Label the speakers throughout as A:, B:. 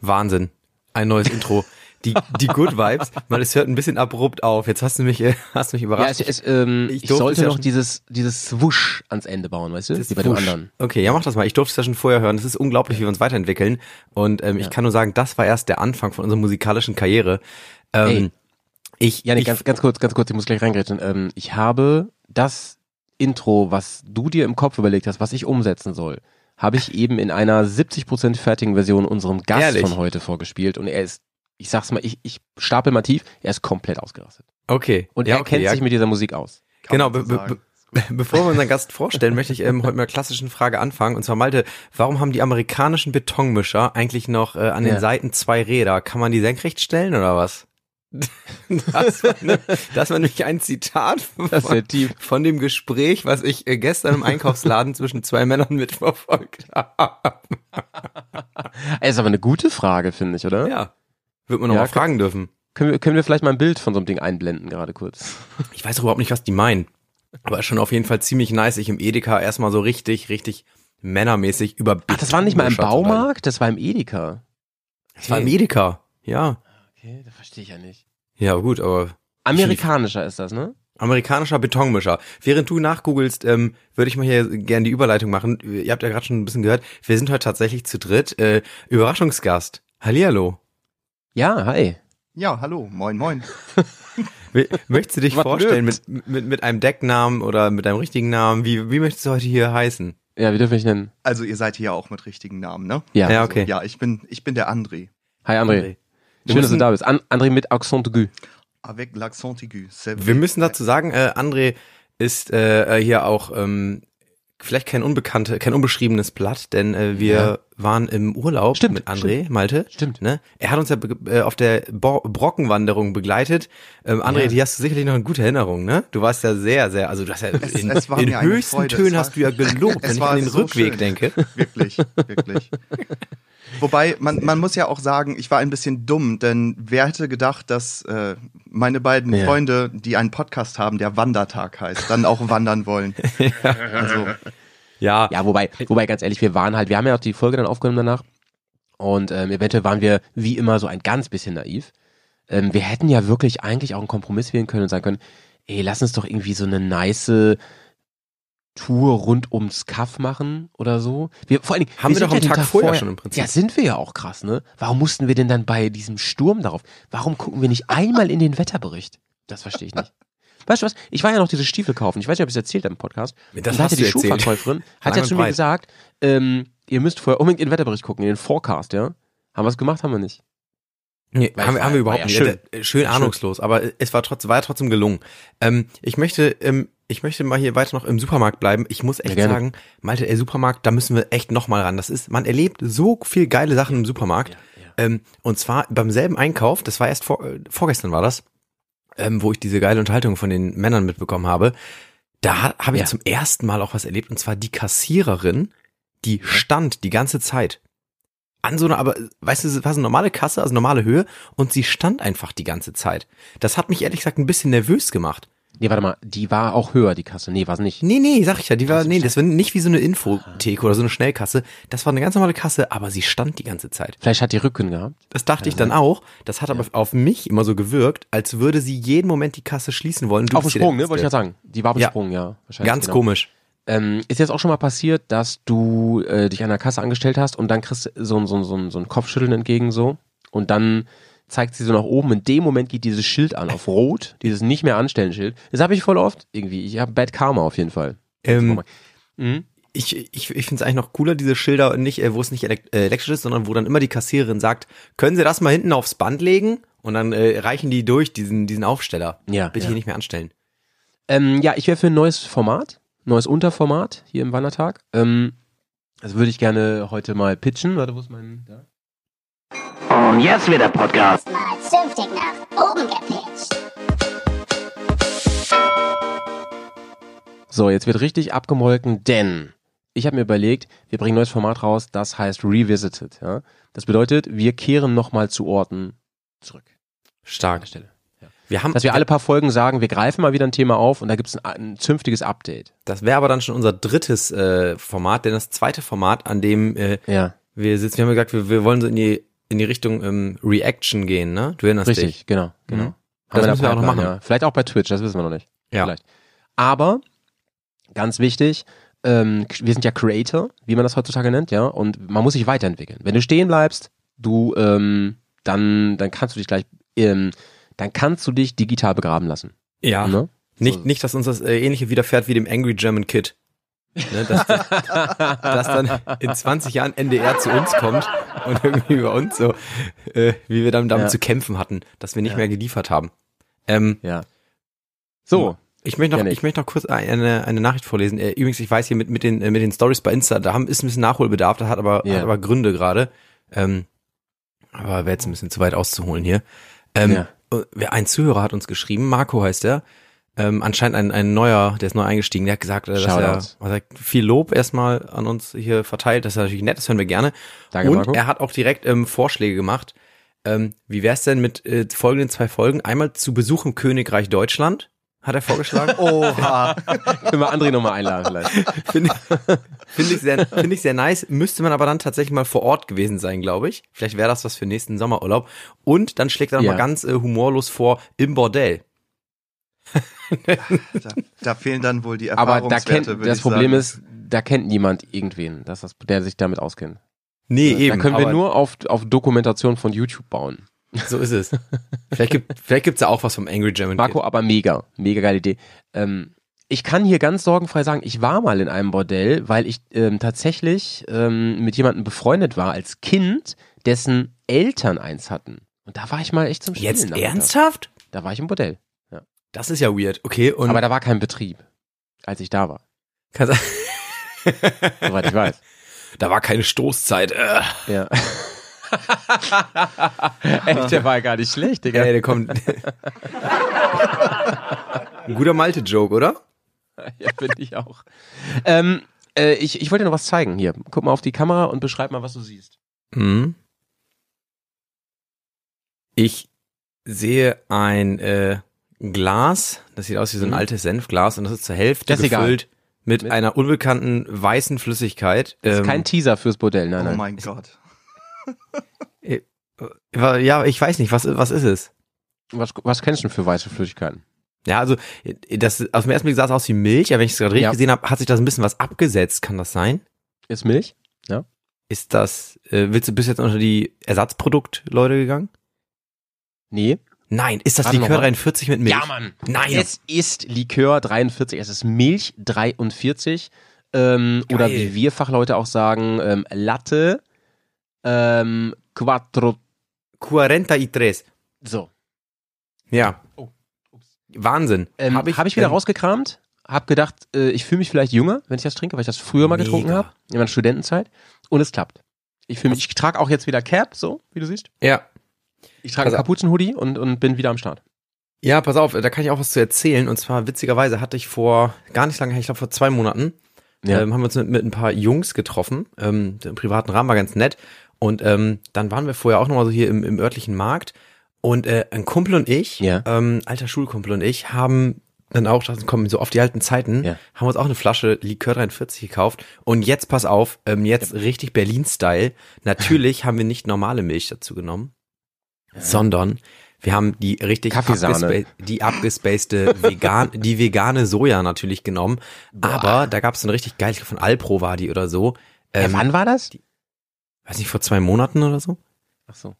A: Wahnsinn. Ein neues Intro. Die, die Good Vibes, weil es hört ein bisschen abrupt auf. Jetzt hast du mich, äh, hast mich
B: Ja,
A: überrascht.
B: es, es, ähm,
A: Ich
B: ich,
A: durfte
B: sollte
A: es ja
B: noch
A: schon-
B: dieses, dieses Wusch ans Ende bauen, weißt du?
A: Das
B: Wie bei dem
A: Wusch.
B: anderen.
A: Okay, ja, mach das mal. Ich durfte es ja schon vorher hören. Es ist unglaublich, wie wir uns weiterentwickeln. Und ähm, ich kann nur sagen, das war erst der Anfang von unserer musikalischen Karriere. Ähm,
B: Ey.
A: ich,
B: Janik,
A: ich,
B: ganz, ganz kurz, ganz kurz, ich muss gleich reingrätschen. Ähm, ich habe das Intro, was du dir im Kopf überlegt hast, was ich umsetzen soll, habe ich eben in einer 70% fertigen Version unserem Gast
A: Ehrlich?
B: von heute vorgespielt und er ist, ich sag's mal, ich, ich stapel mal tief, er ist komplett ausgerastet.
A: okay.
B: Und
A: ja,
B: er
A: okay,
B: kennt
A: ja.
B: sich mit dieser Musik aus.
C: Kann
A: Genau,
C: man so
A: be-
C: sagen.
A: be- Bevor wir unseren Gast vorstellen, möchte ich ähm, heute mit einer klassischen Frage anfangen. Und zwar, Malte, warum haben die amerikanischen Betonmischer eigentlich noch äh, an den
B: Ja.
A: Seiten zwei Räder? Kann man die senkrecht stellen oder was? Das war, ne, das war nämlich ein Zitat
B: Das ist
A: von,
B: sehr tief.
A: von dem Gespräch, was ich äh, gestern im Einkaufsladen zwischen zwei Männern mitverfolgt habe.
B: Ey, ist aber eine gute Frage, finde ich, oder?
A: Ja, wird man noch
B: Ja,
A: mal
B: kann-
A: fragen dürfen.
B: Können, wir, können wir vielleicht mal ein Bild von so einem Ding einblenden, gerade kurz?
A: Ich weiß überhaupt nicht, was die meinen. Aber ist schon auf jeden Fall ziemlich nice, sich im Edeka erstmal so richtig, richtig männermäßig über
B: Ach, das war nicht mal im
A: Betonmischer zu unterhalten.
B: Baumarkt, das war im Edeka.
A: Das war im Edeka. Ja.
B: Okay, das verstehe ich ja nicht.
A: Ja, gut, aber
B: Amerikanischer ist das, ne?
A: amerikanischer Betonmischer. Während du nachgoogelst, ähm, würde ich mal hier gerne die Überleitung machen. Ihr habt ja gerade schon ein bisschen gehört, wir sind heute tatsächlich zu dritt. Äh, Überraschungsgast. Hallihallo.
B: Ja, hi.
C: Ja, hallo, moin, moin.
A: W- Möchtest du dich
B: Was
A: vorstellen
B: nüt?
A: mit, mit, mit einem Decknamen oder mit einem richtigen Namen? Wie, wie möchtest du heute hier heißen?
B: Ja, wie dürfen ich nennen?
C: Also ihr seid hier ja auch mit richtigen Namen, ne?
B: Ja.
A: Ja, okay.
C: Ja, ich bin, ich bin der André.
B: Hi André.
A: Wir
B: Schön, dass du
A: müssen-
B: da bist. An André mit Accent aigu.
C: Avec l'accent aigu. c'est vrai.
A: Wir müssen dazu sagen, äh, André ist äh, äh, hier auch ähm, vielleicht kein unbekannte, kein unbeschriebenes Blatt, denn äh, wir
B: Ja.
A: waren im Urlaub
B: Stimmt,
A: mit André, Malte.
B: Stimmt.
A: Ne? Er hat uns ja be äh, auf der Bo Brockenwanderung begleitet. Ähm, André,
B: Ja.
A: die hast du sicherlich noch eine gute Erinnerung, ne? Du warst ja sehr, sehr, also du hast ja in,
C: es war
A: in
C: mir eine
A: höchsten
C: Freude. Es
A: Tönen
C: war-
A: hast du ja gelobt,
C: Es
A: wenn ich
C: war
A: an den
C: so
A: Rückweg
C: schön.
A: denke.
C: Wirklich, wirklich. Wobei, man, man muss ja auch sagen, ich war ein bisschen dumm, denn wer hätte gedacht, dass äh, meine beiden
B: Ja.
C: Freunde, die einen Podcast haben, der Wandertag heißt, dann auch wandern wollen. Also,
A: Ja,
B: Ja, wobei, wobei ganz ehrlich, wir waren halt, wir haben ja auch die Folge dann aufgenommen danach und ähm, eventuell waren wir wie immer so ein ganz bisschen naiv. Ähm, wir hätten ja wirklich eigentlich auch einen Kompromiss wählen können und sagen können, ey, lass uns doch irgendwie so eine nice Tour rund ums Kaff machen oder so. Wir, vor allen Dingen,
A: Haben wir
B: sind
A: doch am
B: ja den
A: Tag vorher schon im Prinzip.
B: Ja, sind wir ja auch krass, ne? Warum mussten wir denn dann bei diesem Sturm darauf? Warum gucken wir nicht einmal in den Wetterbericht? Das verstehe ich nicht. Weißt du was? Ich war ja noch diese Stiefel kaufen. Ich weiß nicht, ob ich es erzählt habe im Podcast.
A: Das
B: Und da
A: hast
B: hatte
A: du
B: die
A: erzählt.
B: Schuhverkäuferin, hat
A: Lang
B: ja
A: und
B: zu mir
A: breit.
B: gesagt, ähm, ihr müsst vorher unbedingt in den Wetterbericht gucken, in den Forecast, ja? Haben wir es gemacht, haben wir nicht.
A: Nee,
B: Weil
A: haben, wir-
B: es war-
A: haben wir
B: war
A: überhaupt
B: ja
A: nicht.
B: schön.
A: Äh, schön
B: War schön.
A: ahnungslos, aber es war, trotz, war ja trotzdem gelungen. Ähm, ich möchte, ähm, ich möchte mal hier weiter noch im Supermarkt bleiben. Ich muss echt
B: Ja, gerne.
A: sagen, Malte, ey, Supermarkt, da müssen wir echt nochmal ran. Das ist, man erlebt so viel geile Sachen im Supermarkt. Ähm, und zwar beim selben Einkauf, das war erst vor, äh, vorgestern war das, ähm, wo ich diese geile Unterhaltung von den Männern mitbekommen habe. Da ha- habe ich
B: Ja.
A: zum ersten Mal auch was erlebt, und zwar die Kassiererin, die stand die ganze Zeit. An so einer, aber weißt du, es war so eine normale Kasse, also normale Höhe, und sie stand einfach die ganze Zeit. Das hat mich ehrlich gesagt ein bisschen nervös gemacht.
B: Nee, warte mal, die war auch höher, die Kasse. Nee, war es nicht.
A: Nee, nee, sag ich ja, die war, nee, das war nicht wie so eine Infotheke oder so eine Schnellkasse. Das war eine ganz normale Kasse, aber sie stand die ganze Zeit.
B: Vielleicht hat die Rücken gehabt.
A: Das dachte ich dann auch. Das hat aber auf mich immer so gewirkt, als würde sie jeden Moment die Kasse schließen wollen. Du
B: Auf dem
A: bist hier
B: Sprung,
A: der
B: ne? Wollte ich
A: Letzte.
B: gerade sagen. Die war auf dem
A: Ja.
B: Sprung, ja. Wahrscheinlich,
A: Ganz
B: genau.
A: komisch.
B: Ähm, ist jetzt auch schon mal passiert, dass du äh, dich an der Kasse angestellt hast und dann kriegst du so, ein- so, ein- so, ein- so ein Kopfschütteln entgegen so und dann zeigt sie so nach oben. In dem Moment geht dieses Schild an, auf rot, dieses nicht mehr anstellen Schild. Das habe ich voll oft irgendwie. Ich habe Bad Karma auf jeden Fall.
A: Ähm,
B: Mhm.
A: ich ich, ich finde es eigentlich noch cooler, diese Schilder, nicht, äh, wo es nicht elek äh, elektrisch ist, sondern wo dann immer die Kassiererin sagt, können Sie das mal hinten aufs Band legen? Und dann äh, reichen die durch diesen, diesen Aufsteller.
B: Ja,
A: Bitte
B: ja.
A: hier nicht mehr anstellen.
B: Ähm, ja, ich wäre für ein neues Format, neues Unterformat hier im Wandertag. Ähm, das würde ich gerne heute mal pitchen. Warte, wo ist mein. Da?
D: Und jetzt wieder Podcast.
E: Mal zünftig nach oben gepitcht.
B: So, jetzt wird richtig abgemolken, denn ich habe mir überlegt, wir bringen ein neues Format raus, das heißt Revisited. Ja? Das bedeutet, wir kehren nochmal zu Orten zurück. An der
A: Stark.
B: Stelle.
A: Wir haben,
B: Dass wir alle paar Folgen sagen, wir greifen mal wieder ein Thema auf und da gibt es ein, ein zünftiges Update.
A: das wäre aber dann schon unser drittes äh, Format, denn das zweite Format, an dem äh,
B: Ja.
A: wir sitzen, wir haben gesagt, wir, wir wollen so in die in die Richtung ähm, Reaction gehen, ne? Du erinnerst dich.
B: Richtig, genau. genau.
A: Mhm.
B: Haben
A: Das
B: in der
A: müssen wir auch noch
B: Pipeline,
A: machen.
B: Ja. Vielleicht auch bei Twitch, das wissen wir noch nicht.
A: Ja.
B: Vielleicht. Aber, ganz wichtig, ähm, wir sind ja Creator, wie man das heutzutage nennt, ja, und man muss sich weiterentwickeln. Wenn du stehen bleibst, du, ähm, dann, dann kannst du dich gleich, ähm, dann kannst du dich digital begraben lassen.
A: Ja.
B: Ne?
A: Nicht, nicht, dass uns das äh, ähnliche widerfährt wie dem Angry German Kid. Ne, dass, dass dann in 20 Jahren NDR zu uns kommt und irgendwie über uns so, äh, wie wir dann damit
B: Ja.
A: zu kämpfen hatten, dass wir nicht mehr geliefert haben. Ähm,
B: Ja. So,
A: ich möchte noch,
B: Kenn ich.
A: ich möchte noch kurz eine, eine Nachricht vorlesen. Äh, übrigens, ich weiß hier mit, mit den, äh, mit den Stories bei Insta, da haben, ist ein bisschen Nachholbedarf, das hat aber,
B: Ja.
A: hat aber Gründe gerade. Ähm, aber wäre jetzt ein bisschen zu weit auszuholen hier. Ähm,
B: Ja.
A: äh, wer- Ein Zuhörer hat uns geschrieben, Marco heißt er. Ähm, anscheinend ein, ein neuer, der ist neu eingestiegen, der hat gesagt, äh, dass er,
B: Shoutouts.
A: also er hat viel Lob erstmal an uns hier verteilt. Das ist natürlich nett, das hören wir gerne.
B: Danke,
A: Und
B: Marco.
A: er hat auch direkt ähm, Vorschläge gemacht. Ähm, wie wär's denn mit äh, folgenden zwei Folgen? Einmal zu Besuch im Königreich Deutschland, hat er vorgeschlagen.
C: Oha.
B: können wir André nochmal einladen vielleicht.
A: Finde find ich, sehr- find ich sehr nice. Müsste man aber dann tatsächlich mal vor Ort gewesen sein, glaube ich. Vielleicht wäre das was für nächsten Sommerurlaub. Und dann schlägt er nochmal mal
B: Ja.
A: ganz äh, humorlos vor, im Bordell.
C: Da, da fehlen dann wohl die
B: Aber da
C: Erfahrungswerte,
B: kennt,
C: würde
B: das
C: ich
B: Problem
C: sagen.
B: ist, da kennt niemand irgendwen, das, ist das, der sich damit auskennt.
A: Nee,
B: Da können wir
A: aber
B: nur auf, auf Dokumentation von YouTube bauen.
A: So ist es. Vielleicht gibt vielleicht gibt's ja auch was vom Angry German
B: Marco, aber mega, mega geile Idee. Ähm, ich kann hier ganz sorgenfrei sagen, ich war mal in einem Bordell, weil ich ähm, tatsächlich ähm, mit jemandem befreundet war als Kind, dessen Eltern eins hatten. Und da war ich mal echt zum
A: Kid.
B: Spielen.
A: Jetzt
B: nachmittags.
A: ernsthaft?
B: Da war ich im Bordell.
A: Das ist ja weird. Okay, und
B: aber da war kein Betrieb, als ich da war,
A: kannst-
B: soweit ich weiß.
A: da war keine Stoßzeit. Äh.
B: Ja. echt, der war gar nicht schlecht, Digga.
A: Ey, der kommt. Ein guter Malte-Joke, oder?
B: Ja, finde ich auch. ähm, äh, ich, ich wollte dir noch was zeigen hier. Guck mal auf die Kamera und beschreib mal, was du siehst.
A: Mhm. Ich sehe ein äh, Glas, das sieht aus wie so ein
B: Mhm.
A: altes Senfglas und das ist zur Hälfte
B: Das ist egal.
A: gefüllt mit,
B: Mit-
A: einer unbekannten weißen Flüssigkeit.
B: Das ist
A: Ähm,
B: kein Teaser fürs Bordell, nein,
C: Oh
B: nein.
C: mein Gott.
A: wa- ja, ich weiß nicht, was, was ist es?
B: Was, was kennst du denn für weiße Flüssigkeiten?
A: Ja, also das aus dem ersten Blick sah es aus wie Milch, aber wenn ich es gerade richtig
B: Ja.
A: gesehen habe, hat sich da so ein bisschen was abgesetzt. Kann das sein?
B: Ist Milch?
A: Ist das? Äh, willst du bis jetzt unter die Ersatzproduktleute gegangen?
B: Nee.
A: Nein, ist das
B: Warte noch
A: Likör
B: mal.
A: 43 mit Milch?
B: Mann.
A: Nein.
B: Es ist Likör 43, es ist Milch 43. Ähm,
A: Geil.
B: oder wie wir Fachleute auch sagen, ähm, Latte ähm, Quattro.
A: 43.
B: So.
A: Ja.
B: Oh,
A: Wahnsinn.
B: Ähm,
A: Hab
B: Habe ich, hab ich wieder
A: ähm,
B: rausgekramt, habe gedacht, äh, ich fühle mich vielleicht jünger, wenn ich das trinke, weil ich das früher mal getrunken
A: Mega.
B: habe, in meiner Studentenzeit. Und es klappt. Ich fühle mich, ich trage auch jetzt wieder Cap, so, wie du siehst.
A: Ja.
B: Ich trage einen
A: Pass auf.
B: Kapuzenhoodie und, und bin wieder am Start.
A: Ja, pass auf, da kann ich auch was zu erzählen. Und zwar, witzigerweise hatte ich vor gar nicht lange, her, ich glaube vor zwei Monaten,
B: Ja.
A: ähm, haben wir uns mit, mit ein paar Jungs getroffen. Ähm, Im privaten Rahmen war ganz nett. Und ähm, dann waren wir vorher auch nochmal so hier im, im örtlichen Markt. Und äh, ein Kumpel und ich,
B: Ja.
A: ähm, alter Schulkumpel und ich, haben dann auch, das kommen so auf die alten Zeiten,
B: Ja.
A: haben uns auch eine Flasche Likör 43 gekauft. Und jetzt, pass auf, ähm, jetzt richtig Berlin-Style. Natürlich haben wir nicht normale Milch dazu genommen, sondern wir haben die richtig
B: Kaffeesahne.
A: abgespa- die abgespacede vegan, die vegane Soja natürlich genommen. Aber da gab es ein richtig geil, ich glaub, von Alpro war die oder so.
B: Äh,
A: Ähm,
B: wann war das?
A: weiß nicht, vor zwei Monaten oder so.
B: Ach so.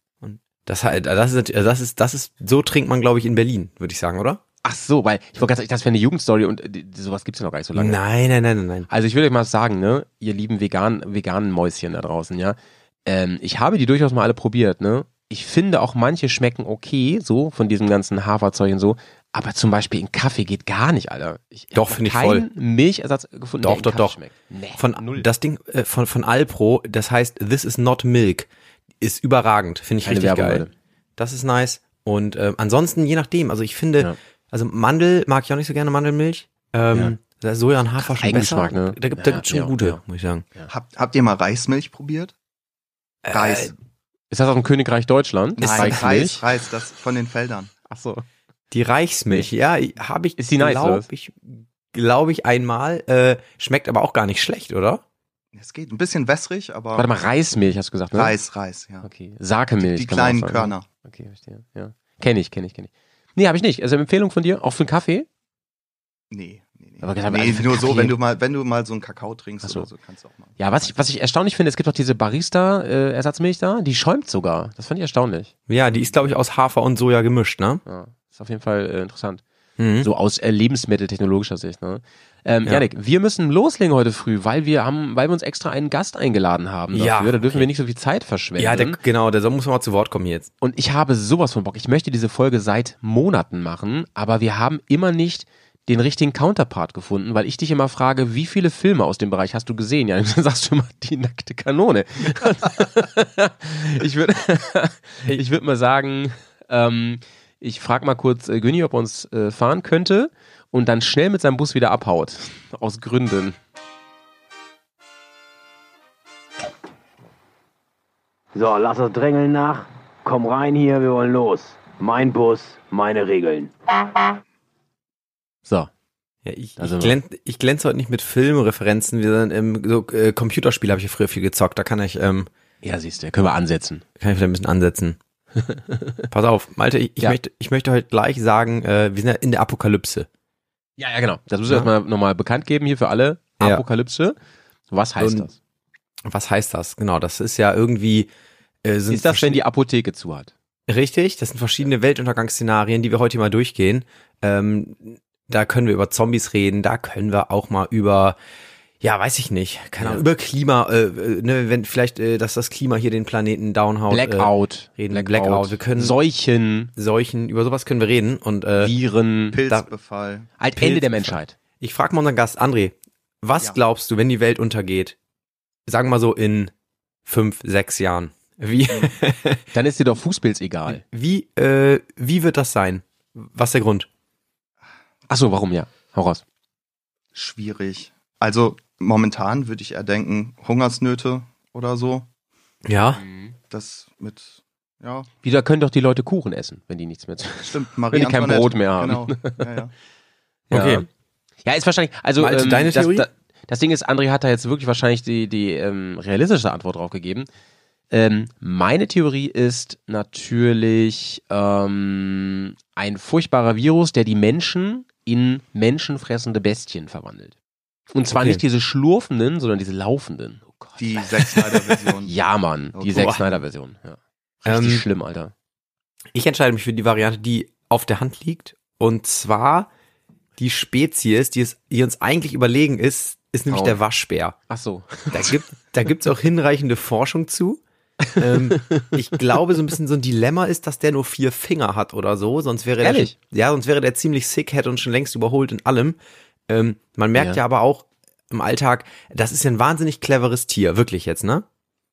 A: Das, halt- das, ist, das, ist, das ist, so trinkt man, glaube ich, in Berlin, würde ich sagen, oder?
B: Ach so, weil ich wollte gerade sagen, das wäre eine Jugendstory und äh, die, sowas gibt's ja noch gar nicht so lange.
A: Nein, nein, nein, nein, nein.
B: Also ich will euch mal sagen, ne, ihr lieben vegan, veganen Mäuschen da draußen, ja. Ähm, ich habe die durchaus mal alle probiert, ne. Ich finde auch manche schmecken okay, so von diesem ganzen Haferzeug und so. Aber zum Beispiel in Kaffee geht gar nicht, Alter. Ich
A: Doch,
B: hab
A: finde ich voll.
B: keinen Milchersatz gefunden,
A: Doch,
B: der in
A: doch, doch.
B: Kaffee schmeckt. Nee,
A: Von,
B: null.
A: das Ding äh, von, von Alpro, das heißt This is not milk, ist überragend. Finde ich
B: Keine
A: richtig
B: Werbung,
A: geil.
B: Leute.
A: Das ist nice. Und ähm, ansonsten, je nachdem, also ich finde,
B: Ja.
A: also Mandel mag ich auch nicht so gerne Mandelmilch. Ähm, da ist Soja und Hafer schon besser.
B: Eigengeschmack, ne?
A: Da gibt es
B: Ja,
A: schon
B: ja,
A: gute,
B: ja.
A: muss ich sagen. Äh,
C: Habt, habt ihr mal Reismilch probiert? Reis.
B: Äh, Ist das aus dem Königreich Deutschland?
A: Nein,
B: Reichsmilch?
C: Reis, Reis, das von den Feldern.
B: Ach so.
A: Die Reichsmilch, ja, habe ich,
B: Ist die nice, oder
A: glaube
B: was?
A: ich, glaube ich einmal. Äh, schmeckt aber auch gar nicht schlecht, oder?
C: Es geht ein bisschen wässrig, aber
B: Warte mal, Reismilch hast du gesagt, ne?
C: Reis, Reis, ja.
B: Okay. Sakemilch.
C: Die
B: kann man auch
C: kleinen
B: sagen. ne?
C: Körner.
B: Okay, verstehe. Ja. Kenne ich, kenne ich, kenne ich. Nee, habe ich nicht. Also Empfehlung von dir, auch für einen Kaffee.
C: Nee, nee, nee.
B: Aber gesagt,
C: nee
B: also
C: nur so,
B: Kaffee-
C: wenn du mal, wenn du mal so einen Kakao trinkst
B: Ach so.
C: oder so, kannst du auch mal.
B: Ja, was ich, was ich erstaunlich finde, es gibt doch diese Barista-Ersatzmilch da, die schäumt sogar. Das fand ich erstaunlich.
A: Ja, die ist, glaube ich, aus Hafer und Soja gemischt, ne?
B: Ja, ist auf jeden Fall äh, interessant.
A: Mhm.
B: So aus äh, lebensmitteltechnologischer Sicht. Ne? Ähm,
A: Ja.
B: Janik, wir müssen loslegen heute früh, weil wir haben, weil wir uns extra einen Gast eingeladen haben dafür.
A: Ja,
B: Da dürfen
A: okay.
B: wir nicht so viel Zeit verschwenden.
A: Ja, der, genau, der soll- muss mal zu Wort kommen hier jetzt.
B: Und ich habe sowas von Bock. Ich möchte diese Folge seit Monaten machen, aber wir haben immer nicht den richtigen Counterpart gefunden, weil ich dich immer frage, wie viele Filme aus dem Bereich hast du gesehen? Ja, dann sagst du immer die nackte Kanone. ich würde ich würde mal sagen, ähm, ich frage mal kurz äh, Günni, ob er uns äh, fahren könnte und dann schnell mit seinem Bus wieder abhaut. Aus Gründen.
D: So, lass das Drängeln nach. Komm rein hier, wir wollen los. Mein Bus, meine Regeln.
B: So.
A: Ja, ich,
B: Da sind
A: ich,
B: wir.
A: glänz, ich glänze heute nicht mit Filmreferenzen. Wir sind im so, äh, Computerspiel habe ich früher viel gezockt. Da kann ich, ähm,
B: Ja, siehst du, können wir ansetzen.
A: kann ich vielleicht ein bisschen ansetzen. Pass auf, Malte, ich, ich
B: Ja.
A: möchte, ich möchte heute gleich sagen, äh, wir sind ja in der Apokalypse.
B: Ja, ja, genau. Das müssen wir
A: Ja.
B: erstmal nochmal bekannt geben hier für alle.
A: Ja.
B: Apokalypse. Was heißt
A: Und
B: das?
A: Was heißt das? Genau, das ist ja irgendwie. Äh, sind
B: Ist das, wenn die Apotheke zu hat?
A: Richtig, das sind verschiedene Weltuntergangsszenarien, die wir heute mal durchgehen. Ähm, da können wir über Zombies reden, da können wir auch mal über, ja, weiß ich nicht, keine
B: Ja.
A: Ahnung, über Klima, äh, äh, ne, wenn vielleicht, äh, dass das Klima hier den Planeten downhaut.
B: Blackout.
A: äh, reden wir Blackout. Wir können-
B: Seuchen,
A: Äh, Seuchen, über sowas können wir reden. Und äh,
B: Viren.
C: Pilzbefall.
B: Alt
A: Pilz-
B: Ende der Menschheit.
A: ich frage mal unseren Gast, André, was
C: Ja.
A: glaubst du, wenn die Welt untergeht, sagen wir mal so in fünf, sechs Jahren, wie,
B: Dann ist dir doch Fußpilz
A: Mhm.
B: egal.
A: wie, äh, wie wird das sein? Was ist der Grund?
B: Achso, warum ja? Hau raus.
C: Schwierig. Also momentan würde ich eher denken, Hungersnöte oder so.
A: Ja,
C: Das mit, ja,
B: Wieder können doch die Leute Kuchen essen, wenn die nichts mehr zu
C: stimmt.
B: Wenn
C: Marie
B: die kein
C: Antoinette.
B: Brot mehr haben.
C: Genau. Ja, ja.
A: Okay.
B: Ja. Ja, ist wahrscheinlich. Also
A: Malte,
B: ähm,
A: deine
B: das,
A: Theorie?
B: da- das Ding ist, André hat da jetzt wirklich wahrscheinlich die, die ähm, realistische Antwort drauf gegeben. Ähm, meine Theorie ist natürlich ähm, ein furchtbarer Virus, der die Menschen in menschenfressende Bestien verwandelt. Und zwar
A: Okay.
B: nicht diese schlurfenden, sondern diese laufenden. Oh Gott.
C: Die Sechsneider-Version.
B: Ja, Mann, die
C: Oh,
B: Zack
A: boah.
B: Snyder-Version. Ja. Richtig
A: Ähm,
B: schlimm, Alter.
A: Ich entscheide mich für die Variante, die auf der Hand liegt. Und zwar die Spezies, die, es, die uns eigentlich überlegen ist, ist nämlich
B: Oh.
A: der Waschbär.
B: Ach so.
A: Da gibt da gibt's auch hinreichende Forschung zu. ähm, ich glaube, so ein bisschen so ein Dilemma ist, dass der nur vier Finger hat oder so. Sonst wäre der,
B: Ehrlich?
A: ja, sonst wäre der ziemlich sick, hätte uns schon längst überholt in allem. Ähm, man merkt ja.
B: Ja.
A: ja aber auch im Alltag, das ist ja ein wahnsinnig cleveres Tier, wirklich jetzt, ne?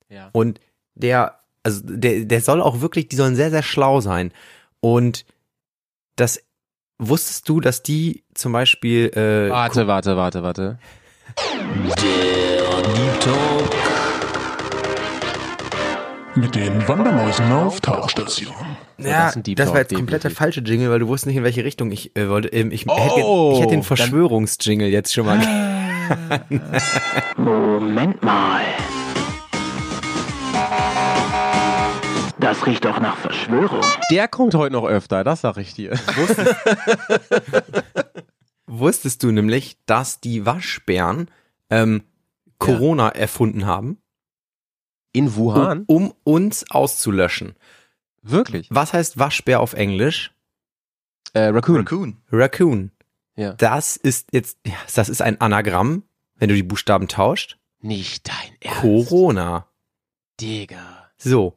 B: Ja.
A: Und der, also der, der soll auch wirklich, die sollen sehr, sehr schlau sein. Und das wusstest du, dass die zum Beispiel äh,
B: Warte, warte, warte, warte.
F: Mit den Wandermäusen auf Tauchstation.
A: ja,
B: das ist
A: das,
B: ein Deep
A: war
B: Talk,
A: jetzt komplett der
B: definitiv.
A: falsche Jingle, weil du wusstest nicht, in welche Richtung ich äh, wollte. Ähm, ich,
B: Oh,
A: hätte, ge- ich hätte den
B: dann-
A: Verschwörungsjingle jetzt schon mal.
D: Moment mal. Das riecht doch nach Verschwörung.
B: Der kommt heute noch öfter, das sag ich dir.
A: wusstest du nämlich, dass die Waschbären ähm, Corona erfunden haben,
B: In Wuhan?
A: um, um uns auszulöschen?
B: Wirklich?
A: Was heißt Waschbär auf Englisch?
B: Äh, Raccoon.
C: Raccoon.
A: Raccoon.
B: Ja.
A: Das ist jetzt, ja, das ist ein Anagramm, wenn du die Buchstaben tauscht.
B: Nicht dein Ernst.
A: Corona.
B: Digga.
A: So.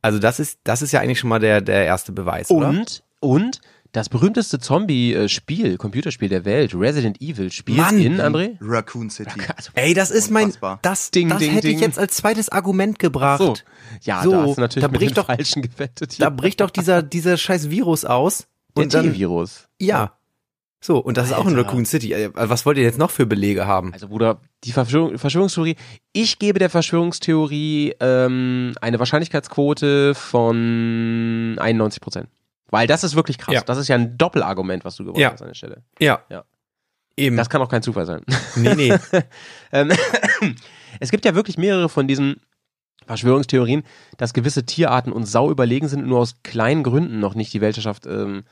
A: Also das ist, das ist ja eigentlich schon mal der, der erste Beweis, oder?
B: Und, und, das berühmteste Zombie-Spiel, Computerspiel der Welt, Resident Evil, spielt
A: Mann.
B: in, André?
C: Raccoon City.
B: Also,
A: Ey, das ist mein,
C: Unfassbar.
A: das,
B: Ding,
A: das
B: ding,
A: hätte ich
B: ding.
A: jetzt als zweites Argument gebracht.
B: so. Ja,
A: So,
B: da hast du natürlich
A: da
B: mit
A: bricht
B: dem
A: doch-
B: Falschen gewettet.
A: Da bricht doch dieser, dieser scheiß Virus aus.
B: der
A: Und dann,
B: T-Virus.
A: ja. So, und das ist auch in
B: Alter.
A: Raccoon City. Äh, Was wollt ihr jetzt noch für Belege haben?
B: Also Bruder, die Verschwörung, Verschwörungstheorie, ich gebe der Verschwörungstheorie ähm, eine Wahrscheinlichkeitsquote von 91 Prozent. Weil das ist wirklich krass.
A: Ja.
B: Das ist ja ein Doppelargument, was du gewonnen
A: Ja.
B: hast an der Stelle.
A: Ja.
B: Ja.
A: Eben.
B: Das kann auch kein Zufall sein.
A: nee, nee.
B: Ähm, es gibt ja wirklich mehrere von diesen Verschwörungstheorien, dass gewisse Tierarten uns sau überlegen sind und nur aus kleinen Gründen noch nicht die Weltherrschaft ähm,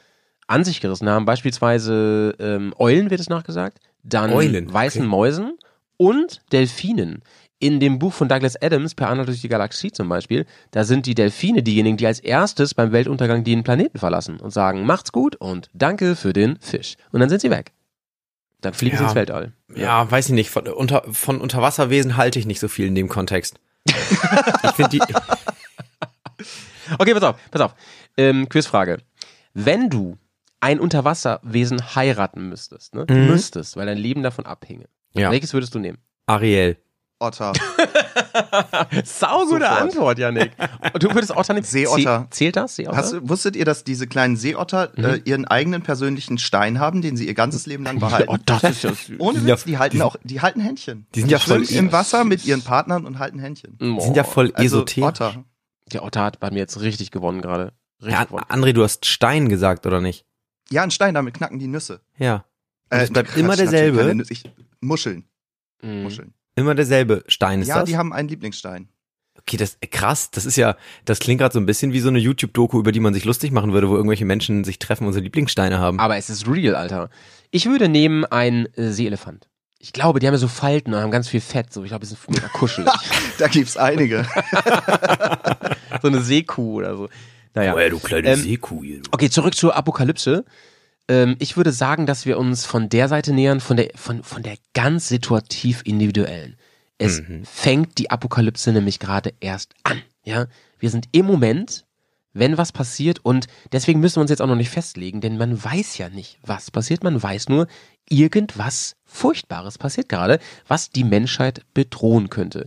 B: an sich gerissen haben. Beispielsweise ähm, Eulen wird es nachgesagt, dann
A: Eulen,
B: weißen
A: okay.
B: Mäusen und Delfinen. In dem Buch von Douglas Adams, Per Anhalt durch die Galaxie zum Beispiel, da sind die Delfine diejenigen, die als erstes beim Weltuntergang den Planeten verlassen und sagen, macht's gut und danke für den Fisch. Und dann sind sie weg. Dann fliegen sie
A: Ja.
B: ins Weltall.
A: Ja, weiß ich nicht. Von, unter, von Unterwasserwesen halte ich nicht so viel in dem Kontext. ich finde die.
B: Okay, pass auf, pass auf. Ähm, Quizfrage. Wenn du ein Unterwasserwesen heiraten müsstest, ne? Du
A: Mhm.
B: müsstest, weil dein Leben davon abhinge.
A: Ja.
B: Welches würdest du nehmen?
A: Ariel.
C: Otter.
B: Sau gute
C: Sofort.
B: Antwort, Janik. Du würdest Otter nehmen.
C: Seeotter.
B: Zäh- Zählt das? Seeotter?
C: Hast, du- wusstet ihr, dass diese kleinen Seeotter
A: Mhm.
C: äh, ihren eigenen persönlichen Stein haben, den sie ihr ganzes Leben lang behalten?
B: oh, das ist ja süß.
C: Ohne
A: sind ja-
C: Witz, die halten auch, die halten Händchen.
A: die sind ja voll
C: schwimmen im Wasser mit ihren Partnern und halten Händchen.
A: Die sind ja voll
C: Also
A: esoterisch.
C: Otter.
B: Der Hm, Otter hat bei mir jetzt richtig gewonnen gerade. Richtig
A: Ja, ah,
B: gewonnen.
A: André, du hast Stein gesagt, oder nicht?
C: Ja, ein Stein, damit knacken die Nüsse.
A: Ja. Und es bleibt
C: Quatsch,
A: halt immer
C: natürlich
A: derselbe?
C: keine Nüsse. Ich, Muscheln,
B: Mhm.
C: Muscheln.
A: Immer derselbe Stein ist
C: Ja,
A: das.
C: die haben einen Lieblingsstein.
A: okay, das äh, krass. Das ist ja, das klingt gerade so ein bisschen wie so eine YouTube-Doku, über die man sich lustig machen würde, wo irgendwelche Menschen sich treffen und so Lieblingssteine haben.
B: Aber es ist real, Alter. Ich würde nehmen einen äh, Seeelefant. Ich glaube, die haben ja so Falten und haben ganz viel Fett. So, ich glaube, die sind mega kuschelig.
C: Da gibt's einige.
B: so eine Seekuh oder so. Naja.
A: du kleine
B: Ähm,
A: Seekuh hier. du.
B: Okay, zurück zur Apokalypse. Ähm, ich würde sagen, dass wir uns von der Seite nähern, von der, von, von der ganz situativ individuellen. Es fängt die Apokalypse nämlich gerade erst an. Ja? Wir sind im Moment, wenn was passiert und deswegen müssen wir uns jetzt auch noch nicht festlegen, denn man weiß ja nicht, was passiert. Man weiß nur, irgendwas Furchtbares passiert gerade, was die Menschheit bedrohen könnte.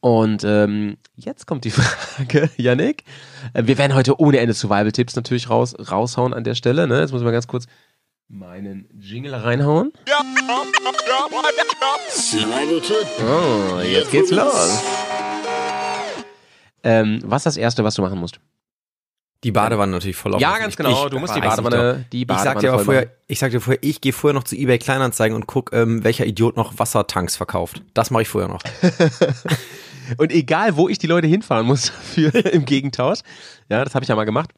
B: Und ähm, jetzt kommt die Frage, Yannick. Äh, Wir werden heute ohne Ende Survival-Tipps natürlich raus, raushauen an der Stelle. Ne? Jetzt muss ich mal ganz kurz meinen Jingle reinhauen. Oh, jetzt geht's los. Ähm, was ist das Erste, was du machen musst?
A: Die Badewanne natürlich voll
B: Ja,
A: laufen
B: ganz
A: lassen.
B: genau.
A: Ich-
B: Du musst
A: ich
B: die
A: weiß nicht,
B: Badewanne-
A: doch.
B: die
A: ich sag dir
B: Badewanne
A: aber
B: voll
A: vorher,
B: machen.
A: ich sag dir vorher, ich gehe vorher noch zu eBay Kleinanzeigen und guck, ähm, welcher Idiot noch Wassertanks verkauft. Das mache ich vorher noch.
B: Und egal, wo ich die Leute hinfahren muss für im Gegentausch. Ja, das habe ich ja mal gemacht.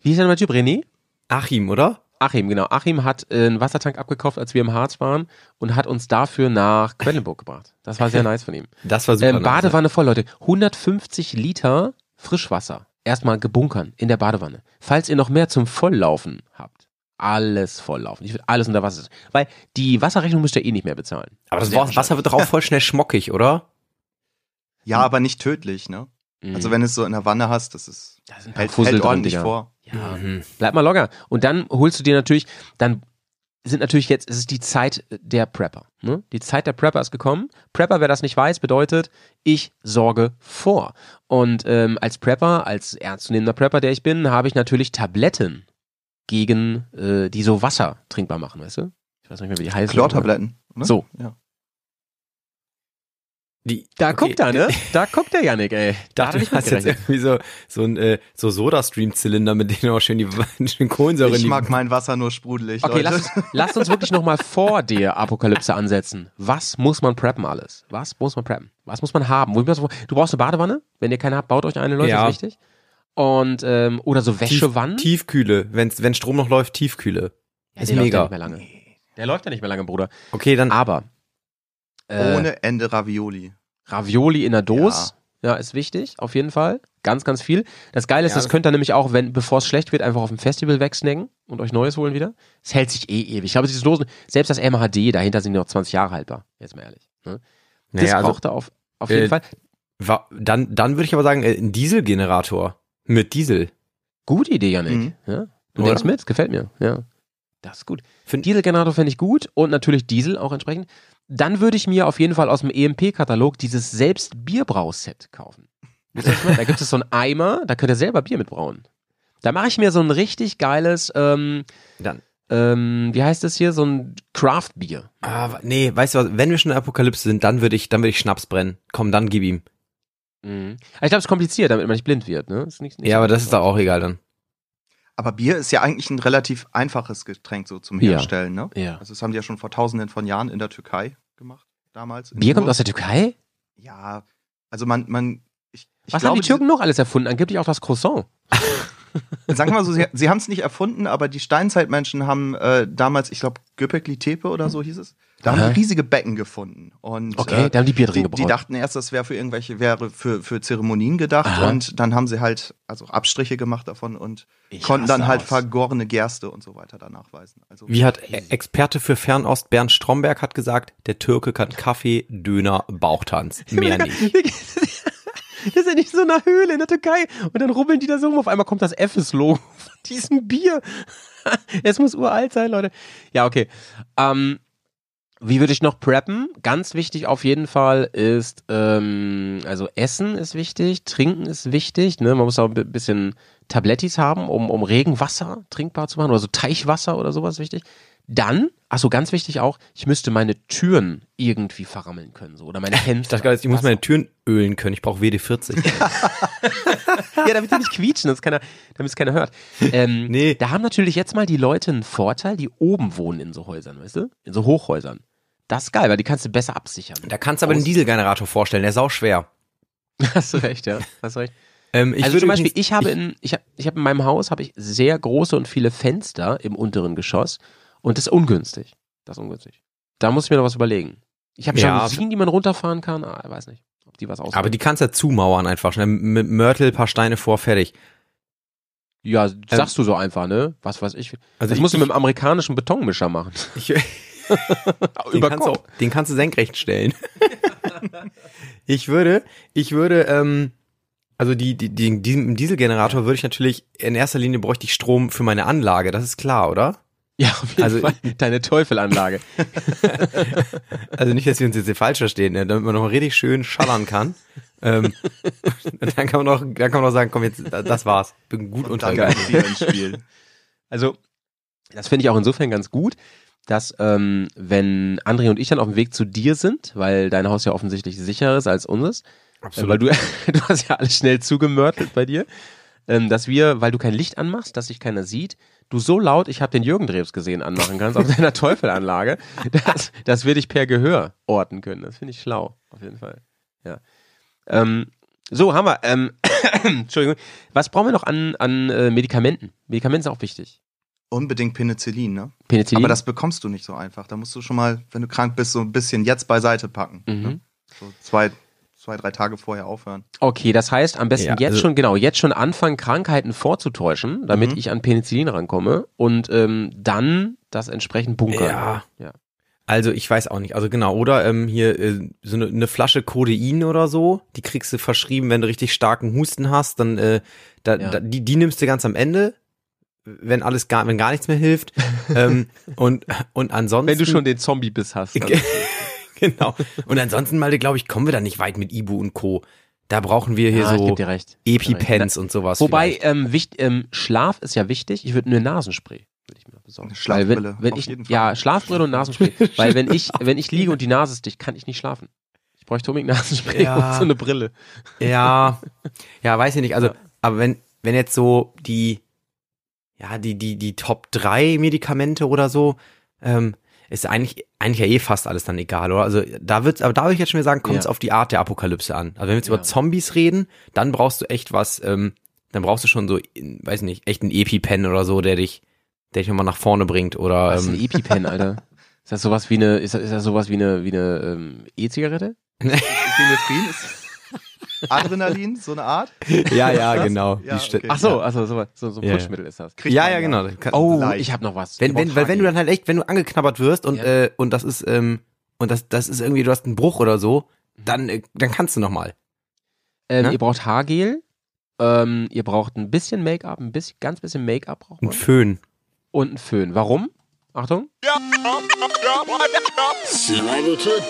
B: Wie hieß der nochmal Typ? René?
A: Achim, oder?
B: Achim, genau. Achim hat äh, einen Wassertank abgekauft, als wir im Harz waren und hat uns dafür nach Quellenburg gebracht. Das war sehr nice von ihm.
A: Das war super.
B: Ähm,
A: nice.
B: Badewanne voll, Leute. 150 Liter Frischwasser. Erstmal gebunkern in der Badewanne. Falls ihr noch mehr zum Volllaufen habt, alles volllaufen. Ich würde alles unter Wasser. setzen. Weil die Wasserrechnung müsst ihr eh nicht mehr bezahlen.
A: Aber das
B: Sehr
A: Wa- Wasser wird doch auch voll schnell schmockig, oder?
C: Ja, aber nicht tödlich, ne?
B: Mhm.
C: Also wenn du es so in der Wanne hast, das ist
B: da sind ein paar
C: hält,
B: Fussel
C: hält
B: drin,
C: ordentlich
B: Digga.
C: vor.
B: Ja,
A: Mhm.
B: bleib mal locker. Und dann holst du dir natürlich, dann sind natürlich jetzt, es ist die Zeit der Prepper. Ne? Die Zeit der Prepper ist gekommen. Prepper, wer das nicht weiß, bedeutet, ich sorge vor. Und ähm, als Prepper, als ernstzunehmender Prepper, der ich bin, habe ich natürlich Tabletten gegen, äh, die so Wasser trinkbar machen, weißt du? Ich weiß nicht mehr, wie die heißen.
C: Chlortabletten, ne?
B: So.
C: Ja.
A: Die,
B: Da guckt er, ne? Da guckt der Janik, ey. Da hat
A: Dachte
B: er
A: ich,
B: nicht
A: hast jetzt
B: mitgerechnet.
A: irgendwie so, so ein äh, so Soda-Stream-Zylinder, mit dem du auch schön die schön Kohlensäure in
C: Ich
A: die-
C: mag mein Wasser nur sprudelig,
B: Okay,
C: Leute.
B: lass, lass uns wirklich nochmal vor der Apokalypse ansetzen. Was muss man preppen alles? Was muss man preppen? Was muss man haben? Wo- Du brauchst eine Badewanne? Wenn ihr keine habt, baut euch eine, Leute,
A: Ja.
B: ist wichtig. Und, ähm, oder so Wäschewannen.
A: Tiefkühle. Wenn's, wenn Strom noch läuft, Tiefkühle.
B: ja,
A: ist
B: der läuft
A: mega.
B: ja nicht mehr lange. Der läuft ja nicht mehr lange, Bruder.
A: Okay, dann
B: Aber äh,
C: Ohne Ende Ravioli.
B: Ravioli in der Dose, ja. ist wichtig, auf jeden Fall. Ganz, ganz viel. Das Geile ist,
A: Ja.
B: das könnt ihr nämlich auch, wenn, bevor es schlecht wird, einfach auf dem Festival wegsnacken und euch Neues holen wieder. Es hält sich eh ewig. Ich glaube, diese Dosen, selbst das MHD, dahinter sind die noch 20 Jahre haltbar. Jetzt mal ehrlich. Ne? Das
A: Naja, also-
B: braucht er auf, auf jeden
A: Äh,
B: Fall.
A: wa- dann, dann würde ich aber sagen, äh, ein Dieselgenerator. Mit Diesel.
B: Gute Idee, Janik.
C: Mhm.
B: Ja? Du
A: Oder?
B: denkst mit, gefällt mir. Ja. Das ist gut. Für einen Dieselgenerator fände ich gut und natürlich Diesel auch entsprechend. Dann würde ich mir auf jeden Fall aus dem EMP-Katalog dieses selbst Bierbrauset kaufen. Wisst ihr, was ich meine? da gibt es so einen Eimer, da könnt ihr selber Bier mitbrauen. Da mache ich mir so ein richtig geiles, ähm,
A: Dann.
B: ähm, wie heißt das hier, so ein Craft-Bier.
A: Ah, wa- nee, weißt du was, wenn wir schon in der Apokalypse sind, dann würde ich, dann würde ich Schnaps brennen. Komm, dann gib ihm.
B: Mhm. Also Ich glaube, es ist kompliziert, damit man nicht blind wird. Ne? Ist nicht, nicht
A: Ja, aber das ist doch auch egal dann.
C: Aber Bier ist ja eigentlich ein relativ einfaches Getränk so zum
B: Ja.
C: Herstellen, ne?
B: Ja.
C: Also das haben die ja schon vor tausenden von Jahren in der Türkei gemacht, damals. in
B: Bier kommt
C: Ur-
B: aus der Türkei?
C: Ja, also man, man, ich, ich
B: Was
C: glaube,
B: haben die Türken noch alles erfunden? Angeblich auch das Croissant.
C: diese- Sagen wir mal so, sie, sie haben es nicht erfunden, aber die Steinzeitmenschen haben äh, damals, ich glaube, Göbekli Tepe oder so hieß es, da haben
B: Aha.
C: die riesige Becken gefunden. Und,
B: Okay,
C: äh,
B: da haben die Bier drin
C: die, die
B: gebraut.
C: dachten erst, das wäre für irgendwelche, wäre für, für Zeremonien gedacht
B: Aha.
C: und dann haben sie halt also Abstriche gemacht davon und
B: Ich
C: konnten
B: raste
C: dann halt
B: aus.
C: vergorene Gerste und so weiter danach weisen. Also
A: Wie hat E- Experte für Fernost Bernd Stromberg hat gesagt, der Türke kann Kaffee, Döner, Bauchtanz, mehr nicht.
B: Das ist ja nicht so eine Höhle in der Türkei. Und dann rubbeln die da so rum. Auf einmal kommt das Effes-Logo von diesem Bier. Es muss uralt sein, Leute. Ja, okay. Ähm, wie würde ich noch preppen? Ganz wichtig auf jeden Fall ist, ähm, also Essen ist wichtig, Trinken ist wichtig. Ne? Man muss auch ein bi- bisschen Tablettis haben, um, um Regenwasser trinkbar zu machen oder so Teichwasser oder sowas wichtig. Dann, achso, ganz wichtig auch, ich müsste meine Türen irgendwie verrammeln können, so, oder meine
A: Ich
B: Fenster.
A: dachte gerade, ich muss
B: Wasser.
A: meine Türen ölen können, ich brauche WD-40.
B: Ja, damit sie nicht quietschen, dass keiner, damit es keiner hört. Ähm,
A: Nee.
B: Da haben natürlich jetzt mal die Leute einen Vorteil, die oben wohnen in so Häusern, weißt du? In so Hochhäusern. Das ist geil, weil die kannst du besser absichern.
A: Da kannst du aber einen Dieselgenerator vorstellen, der ist auch schwer.
B: Hast du recht, ja. Hast du recht.
A: Ähm, ich
B: also
A: würde
B: zum Beispiel,
A: übrigens-
B: ich habe in, ich habe, ich habe in meinem Haus habe ich sehr große und viele Fenster im unteren Geschoss und das ist ungünstig. Das ist ungünstig. Da muss ich mir noch was überlegen. Ich habe
A: Ja.
B: Jalousien, die man runterfahren kann. Ah, ich weiß nicht, ob die was aus.
A: aber die kannst du ja zumauern einfach schnell. Mit Mörtel, paar Steine vor, fertig.
B: ja, sagst du so einfach, ne? Was weiß ich. Ähm, Also das
A: ich-
B: musst du
A: ich-
B: mit einem amerikanischen Betonmischer machen.
A: Ich, den, kannst du, auch- den kannst du senkrecht stellen. ich würde, ich würde, ähm, also die, die, die, die, im Dieselgenerator würde ich natürlich, in erster Linie bräuchte ich Strom für meine Anlage, das ist klar, oder?
B: Ja, auf jeden
A: Also-
B: Fall. Deine Teufelanlage.
A: Also nicht, dass wir uns jetzt hier falsch verstehen, ne? damit man noch richtig schön schallern kann. ähm, dann kann man noch, dann kann man noch sagen, komm jetzt, da- das war's, bin gut
C: und dann
A: untergegangen.
C: kommt Bier ins Spiel.
B: Also, das finde ich auch insofern ganz gut, dass ähm, wenn André und ich dann auf dem Weg zu dir sind, weil dein Haus ja offensichtlich sicherer ist als unseres, äh, weil du, du hast ja alles schnell zugemörtelt bei dir, ähm, dass wir, weil du kein Licht anmachst, dass sich keiner sieht, du so laut, ich habe den Jürgen Drebs gesehen, anmachen kannst auf deiner Teufelanlage, dass, dass wir dich per Gehör orten können. Das finde ich schlau, auf jeden Fall. Ja. Ähm, so, haben wir. Ähm, Entschuldigung. Was brauchen wir noch an, an äh, Medikamenten? Medikamenten sind auch wichtig.
C: Unbedingt Penicillin, ne?
B: Penicillin.
C: Aber das bekommst du nicht so einfach. Da musst du schon mal, wenn du krank bist, so ein bisschen jetzt beiseite packen.
B: Mhm.
C: Ne? So zwei, zwei, drei Tage vorher aufhören.
B: okay, das heißt, am besten
A: Ja,
B: jetzt
A: also-
B: schon, genau, jetzt schon anfangen, Krankheiten vorzutäuschen, damit
C: Mhm.
B: ich an Penicillin rankomme und ähm, dann das entsprechend bunkern.
A: Ja.
B: ja.
A: Also ich weiß auch nicht. Also genau, oder ähm, hier äh, so eine, eine Flasche Codein oder so, die kriegst du verschrieben, wenn du richtig starken Husten hast, dann äh, da,
B: Ja.
A: da, die, die nimmst du ganz am Ende, wenn alles gar, wenn gar nichts mehr hilft. ähm, und und ansonsten
B: Wenn du schon den Zombie-Biss hast. dann-
A: genau. Und ansonsten Malte, glaube ich, kommen wir da nicht weit mit Ibu und Co. Da brauchen wir hier
B: Ah, ich
A: so
B: geb dir recht. Ich geb dir recht.
A: Epipens und sowas.
B: Wobei,
A: vielleicht.
B: ähm, wicht, ähm, Schlaf ist ja wichtig. Ich würde nur Nasenspray würde ich mir besorgen.
C: Eine Schlafbrille,
B: Weil wenn, wenn
C: auf
B: ich,
C: jeden Fall.
B: Ja, Schlafbrille und Nasenspray. Weil wenn ich, wenn ich liege und die Nase ist dicht, kann ich nicht schlafen. Ich bräuchte unbedingt Nasenspray
A: Ja.
B: und so eine Brille.
A: Ja, ja, weiß ich nicht. Also, aber wenn, wenn jetzt so die, ja, die, die, die Top 3 Medikamente oder so, ähm, ist eigentlich, eigentlich ja eh fast alles dann egal, oder? Also, da wird's, aber da würde ich jetzt schon wieder sagen, kommt es
B: Ja.
A: auf die Art der Apokalypse an. Also, wenn wir jetzt
B: Ja.
A: über Zombies reden, dann brauchst du echt was, ähm, dann brauchst du schon so, weiß nicht, echt einen EpiPen oder so, der dich, der dich nochmal nach vorne bringt oder,
B: Was ist ein
A: ähm,
B: EpiPen, Alter? Ist das sowas wie eine, ist das, ist das sowas wie eine, wie eine ähm, E-Zigarette?
C: Epinephrin ist Adrenalin, so eine Art.
A: ja, ja, genau.
C: Ja,
A: Die Sti-
C: okay.
B: Ach so, also sowas, so, so ein
A: Ja, ja.
B: Putschmittel ist das.
C: Kriegt
A: Ja,
C: man
A: ja, genau. Das kann-
B: Oh,
C: Leicht.
B: ich habe noch was.
A: Wenn, wenn, weil wenn du dann halt echt, wenn du angeknabbert wirst und,
B: Ja.
A: äh, und das ist, ähm, und das, das ist irgendwie, du hast einen Bruch oder so, dann, äh, dann kannst du nochmal.
B: ähm,
A: ne?
B: ihr braucht Haargel, ähm, ihr braucht ein bisschen Make-up, ein bisschen, ganz bisschen Make-up braucht
A: Ein
B: man.
A: Föhn.
B: Und einen Föhn. Warum? Achtung.
E: Zwei Typen.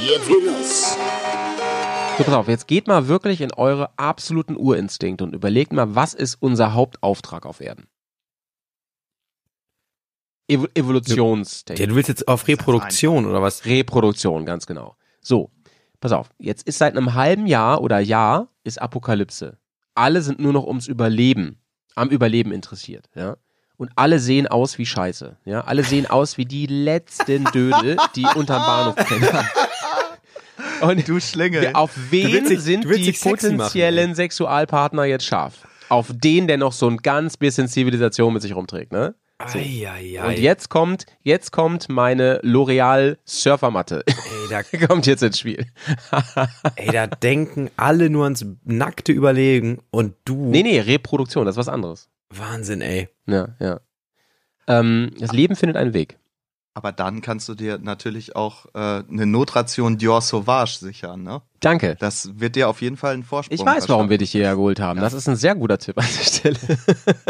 E: Jetzt geht's los.
B: So, pass auf, jetzt geht mal wirklich in eure absoluten Urinstinkte und überlegt mal, was ist unser Hauptauftrag auf Erden? Evo
A: Ja,
B: Evolutionstechnik.
A: du willst jetzt auf Reproduktion oder was?
B: Reproduktion, ganz genau. So, pass auf, jetzt ist seit einem halben Jahr oder Jahr ist Apokalypse. Alle sind nur noch ums Überleben am Überleben interessiert, ja. Und alle sehen aus wie Scheiße, ja. Alle sehen aus wie die letzten Dödel, die unterm Bahnhof kennen. Und
C: Du Schlingel.
B: auf wen
A: willst dich-
B: sind
A: du willst
B: die
A: dich sexy machen, ne?
B: potenziellen Sexualpartner jetzt scharf? Auf den, der noch so ein ganz bisschen Zivilisation mit sich rumträgt, ne?
A: Eieiei.
B: Und jetzt kommt, jetzt kommt meine L'Oreal Surfermatte.
A: Ey, da,
B: kommt jetzt ins Spiel.
A: ey, da denken alle nur ans nackte Überlegen und du.
B: Nee, nee, Reproduktion, das ist was anderes.
A: Wahnsinn, ey.
B: Ja, ja. Ähm, das Leben findet einen Weg.
C: Aber dann kannst du dir natürlich auch äh, eine Notration Dior Sauvage sichern, ne?
B: Danke.
C: Das wird dir auf jeden Fall einen Vorsprung.
B: Ich weiß, warum wir dich hierher
C: verschaffen.
B: geholt haben. Das ist ein sehr guter Tipp an der Stelle.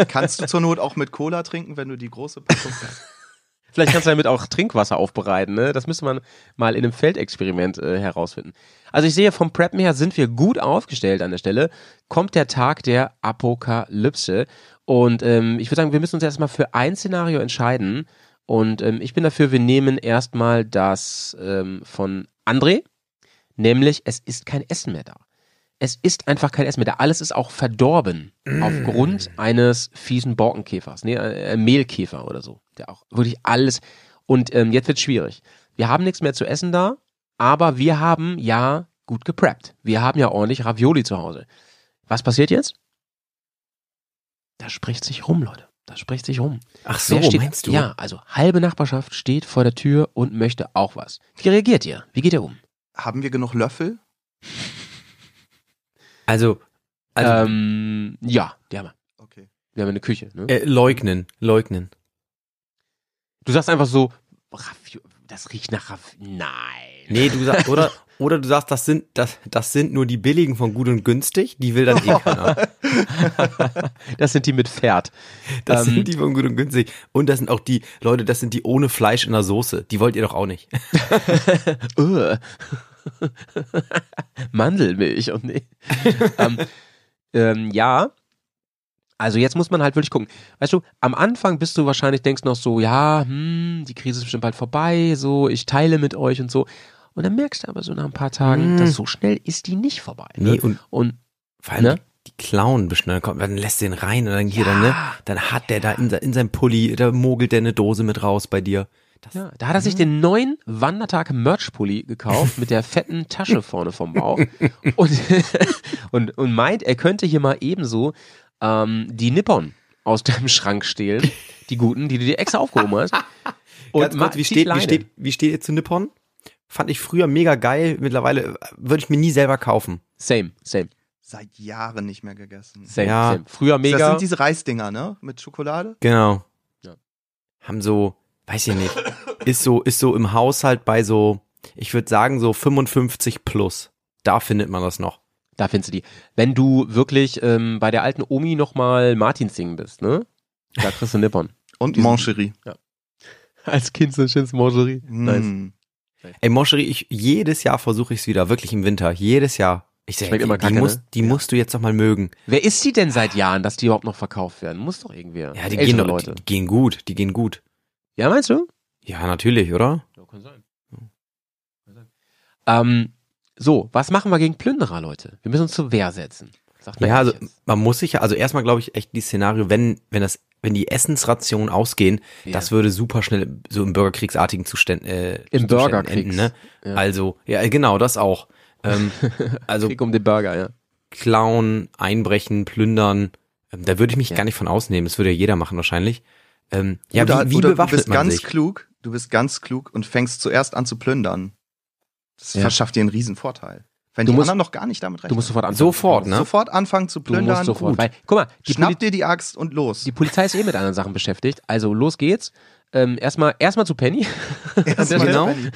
C: Kannst du zur Not auch mit Cola trinken, wenn du die große Packung hast?
B: Vielleicht kannst du damit auch Trinkwasser aufbereiten. Ne? Das müsste man mal in einem Feldexperiment äh, herausfinden. Also ich sehe, vom Preppen her sind wir gut aufgestellt an der Stelle. Kommt der Tag der Apokalypse. Und ähm, ich würde sagen, wir müssen uns erstmal für ein Szenario entscheiden. Und ähm, ich bin dafür, wir nehmen erstmal das ähm, von André. Nämlich, es ist kein Essen mehr da. Es ist einfach kein Essen mehr da. Alles ist auch verdorben
A: Mm.
B: aufgrund eines fiesen Borkenkäfers. Nee, äh, Mehlkäfer oder so. Der auch wirklich alles. Und ähm, jetzt wird schwierig. Wir haben nichts mehr zu essen da, aber wir haben ja gut gepreppt. Wir haben ja ordentlich Ravioli zu Hause. Was passiert jetzt? Da spricht sich rum, Leute. Da spricht sich rum.
A: Ach so,
B: Wer steht,
A: meinst du?
B: Ja, also halbe Nachbarschaft steht vor der Tür und möchte auch was. Wie reagiert ihr? Wie geht ihr um?
C: Haben wir genug Löffel?
A: Also, also
B: ähm, ja, die haben wir.
C: Okay.
B: Wir haben eine Küche. Ne?
A: äh, leugnen, leugnen.
B: Du sagst einfach so, Raffio, das riecht nach Raff. Nein.
A: Nee, du sagst, oder, oder du sagst, das sind, das, das sind nur die billigen von gut und günstig, die will dann eh keiner.
B: das sind die mit Pferd.
A: Das
B: Ähm.
A: sind die von gut und günstig. Und das sind auch die, Leute, das sind die ohne Fleisch in der Soße. Die wollt ihr doch auch nicht.
B: Ugh. Mandelmilch und nee. ähm, ähm, ja. Also jetzt muss man halt wirklich gucken. Weißt du, am Anfang bist du wahrscheinlich, denkst noch so, ja, hm, die Krise ist bestimmt bald vorbei, so, ich teile mit euch und so. Und dann merkst du aber so nach ein paar Tagen,
A: Hm.
B: dass so schnell ist die nicht vorbei.
A: Nee,
B: Ne?
A: und
B: Und
A: vor allem
B: Ne?
A: die, die Clown bestimmt. Dann, kommt, dann lässt du den rein und dann hier dann, ne? Dann hat der da in, se- in seinem Pulli, da mogelt der eine Dose mit raus bei dir. Das,
B: Ja, da hat er sich den neuen Wandertag-Merch-Pulli gekauft mit der fetten Tasche vorne vom Bauch und, und, und meint, er könnte hier mal ebenso ähm, die Nippon aus deinem Schrank stehlen, die guten, die du dir extra aufgehoben hast. Und
A: Ganz kurz,
B: ma-
A: wie
B: zieh
A: steht, wie
B: Leine.
A: steht, wie steht ihr zu Nippon? Fand ich früher mega geil. Mittlerweile äh, würde ich mir nie selber kaufen.
B: Same, same,
C: Seit Jahren nicht mehr gegessen.
B: same,
A: Ja.
B: same. Früher mega.
C: Das sind diese Reisdinger, ne? Mit Schokolade?
A: Genau.
B: Ja.
A: Haben so, weiß ich nicht, ist so, ist so im Haushalt bei so, ich würde sagen so 55 plus. Da findet man das noch.
B: Da findest du die. Wenn du wirklich ähm, bei der alten Omi nochmal Martin singen bist, ne? Da kriegst du Nippon.
C: Und
B: Die sind-
C: Mancherie.
B: Als Kind so ein schönes Mangerie. Nice.
C: Mm.
A: Ey, Moscherie, ich jedes Jahr versuche ich es wieder, wirklich im Winter, jedes Jahr. Ich sag,
B: Schmeckt
A: die,
B: immer
A: die,
B: kacke,
A: musst,
B: ne?
A: die musst du jetzt noch mal mögen.
B: Wer ist sie denn seit Jahren, dass die überhaupt noch verkauft werden? Muss doch irgendwer.
A: Ja, die
B: Ältere
A: gehen, doch-
B: Leute.
A: die gehen gut, die gehen gut.
B: Ja, meinst du?
A: Ja, natürlich, oder?
B: Ja, kann sein. Ähm, so, was machen wir gegen Plünderer, Leute? Wir müssen uns zur Wehr setzen. Sagt mir
A: Ja, also
B: ehrlich jetzt.
A: man muss sich ja, also erstmal glaube ich echt die Szenario, wenn, wenn das, wenn die Essensrationen ausgehen,
B: Ja.
A: das würde super schnell so im bürgerkriegsartigen Zuständen, äh,
B: Im
A: Zuständen
B: Bürgerkrieg.
A: enden, ne?
B: Ja.
A: Also, ja, genau, das auch. Ähm, also
B: Krieg um den Burger, ja.
A: klauen, einbrechen, plündern, ähm, da würde ich mich
B: Ja.
A: gar nicht von ausnehmen, das würde ja jeder machen wahrscheinlich. Ähm, ja,
C: Oder-
B: halt,
A: wie, wie
C: oder du
A: bewaffnet
C: bist
A: man
C: ganz
A: sich?
C: klug, du bist ganz klug und fängst zuerst an zu plündern. Das
B: Ja.
C: verschafft dir einen riesen Vorteil. Wenn
B: Du
C: die
B: musst-
C: anderen noch gar nicht damit rechnen.
B: Du musst sofort anfangen.
A: Sofort, ne?
C: sofort anfangen zu
B: Du musst
C: plündern.
B: sofort.
C: Gut.
B: Weil, guck mal, die, Poli
C: Schnapp dir die Axt und los.
B: die Polizei ist eh mit anderen Sachen beschäftigt. Also los geht's. Ähm, erstmal, erstmal zu Penny.
C: Erstmal
B: Sehr
A: genau.
C: Penny.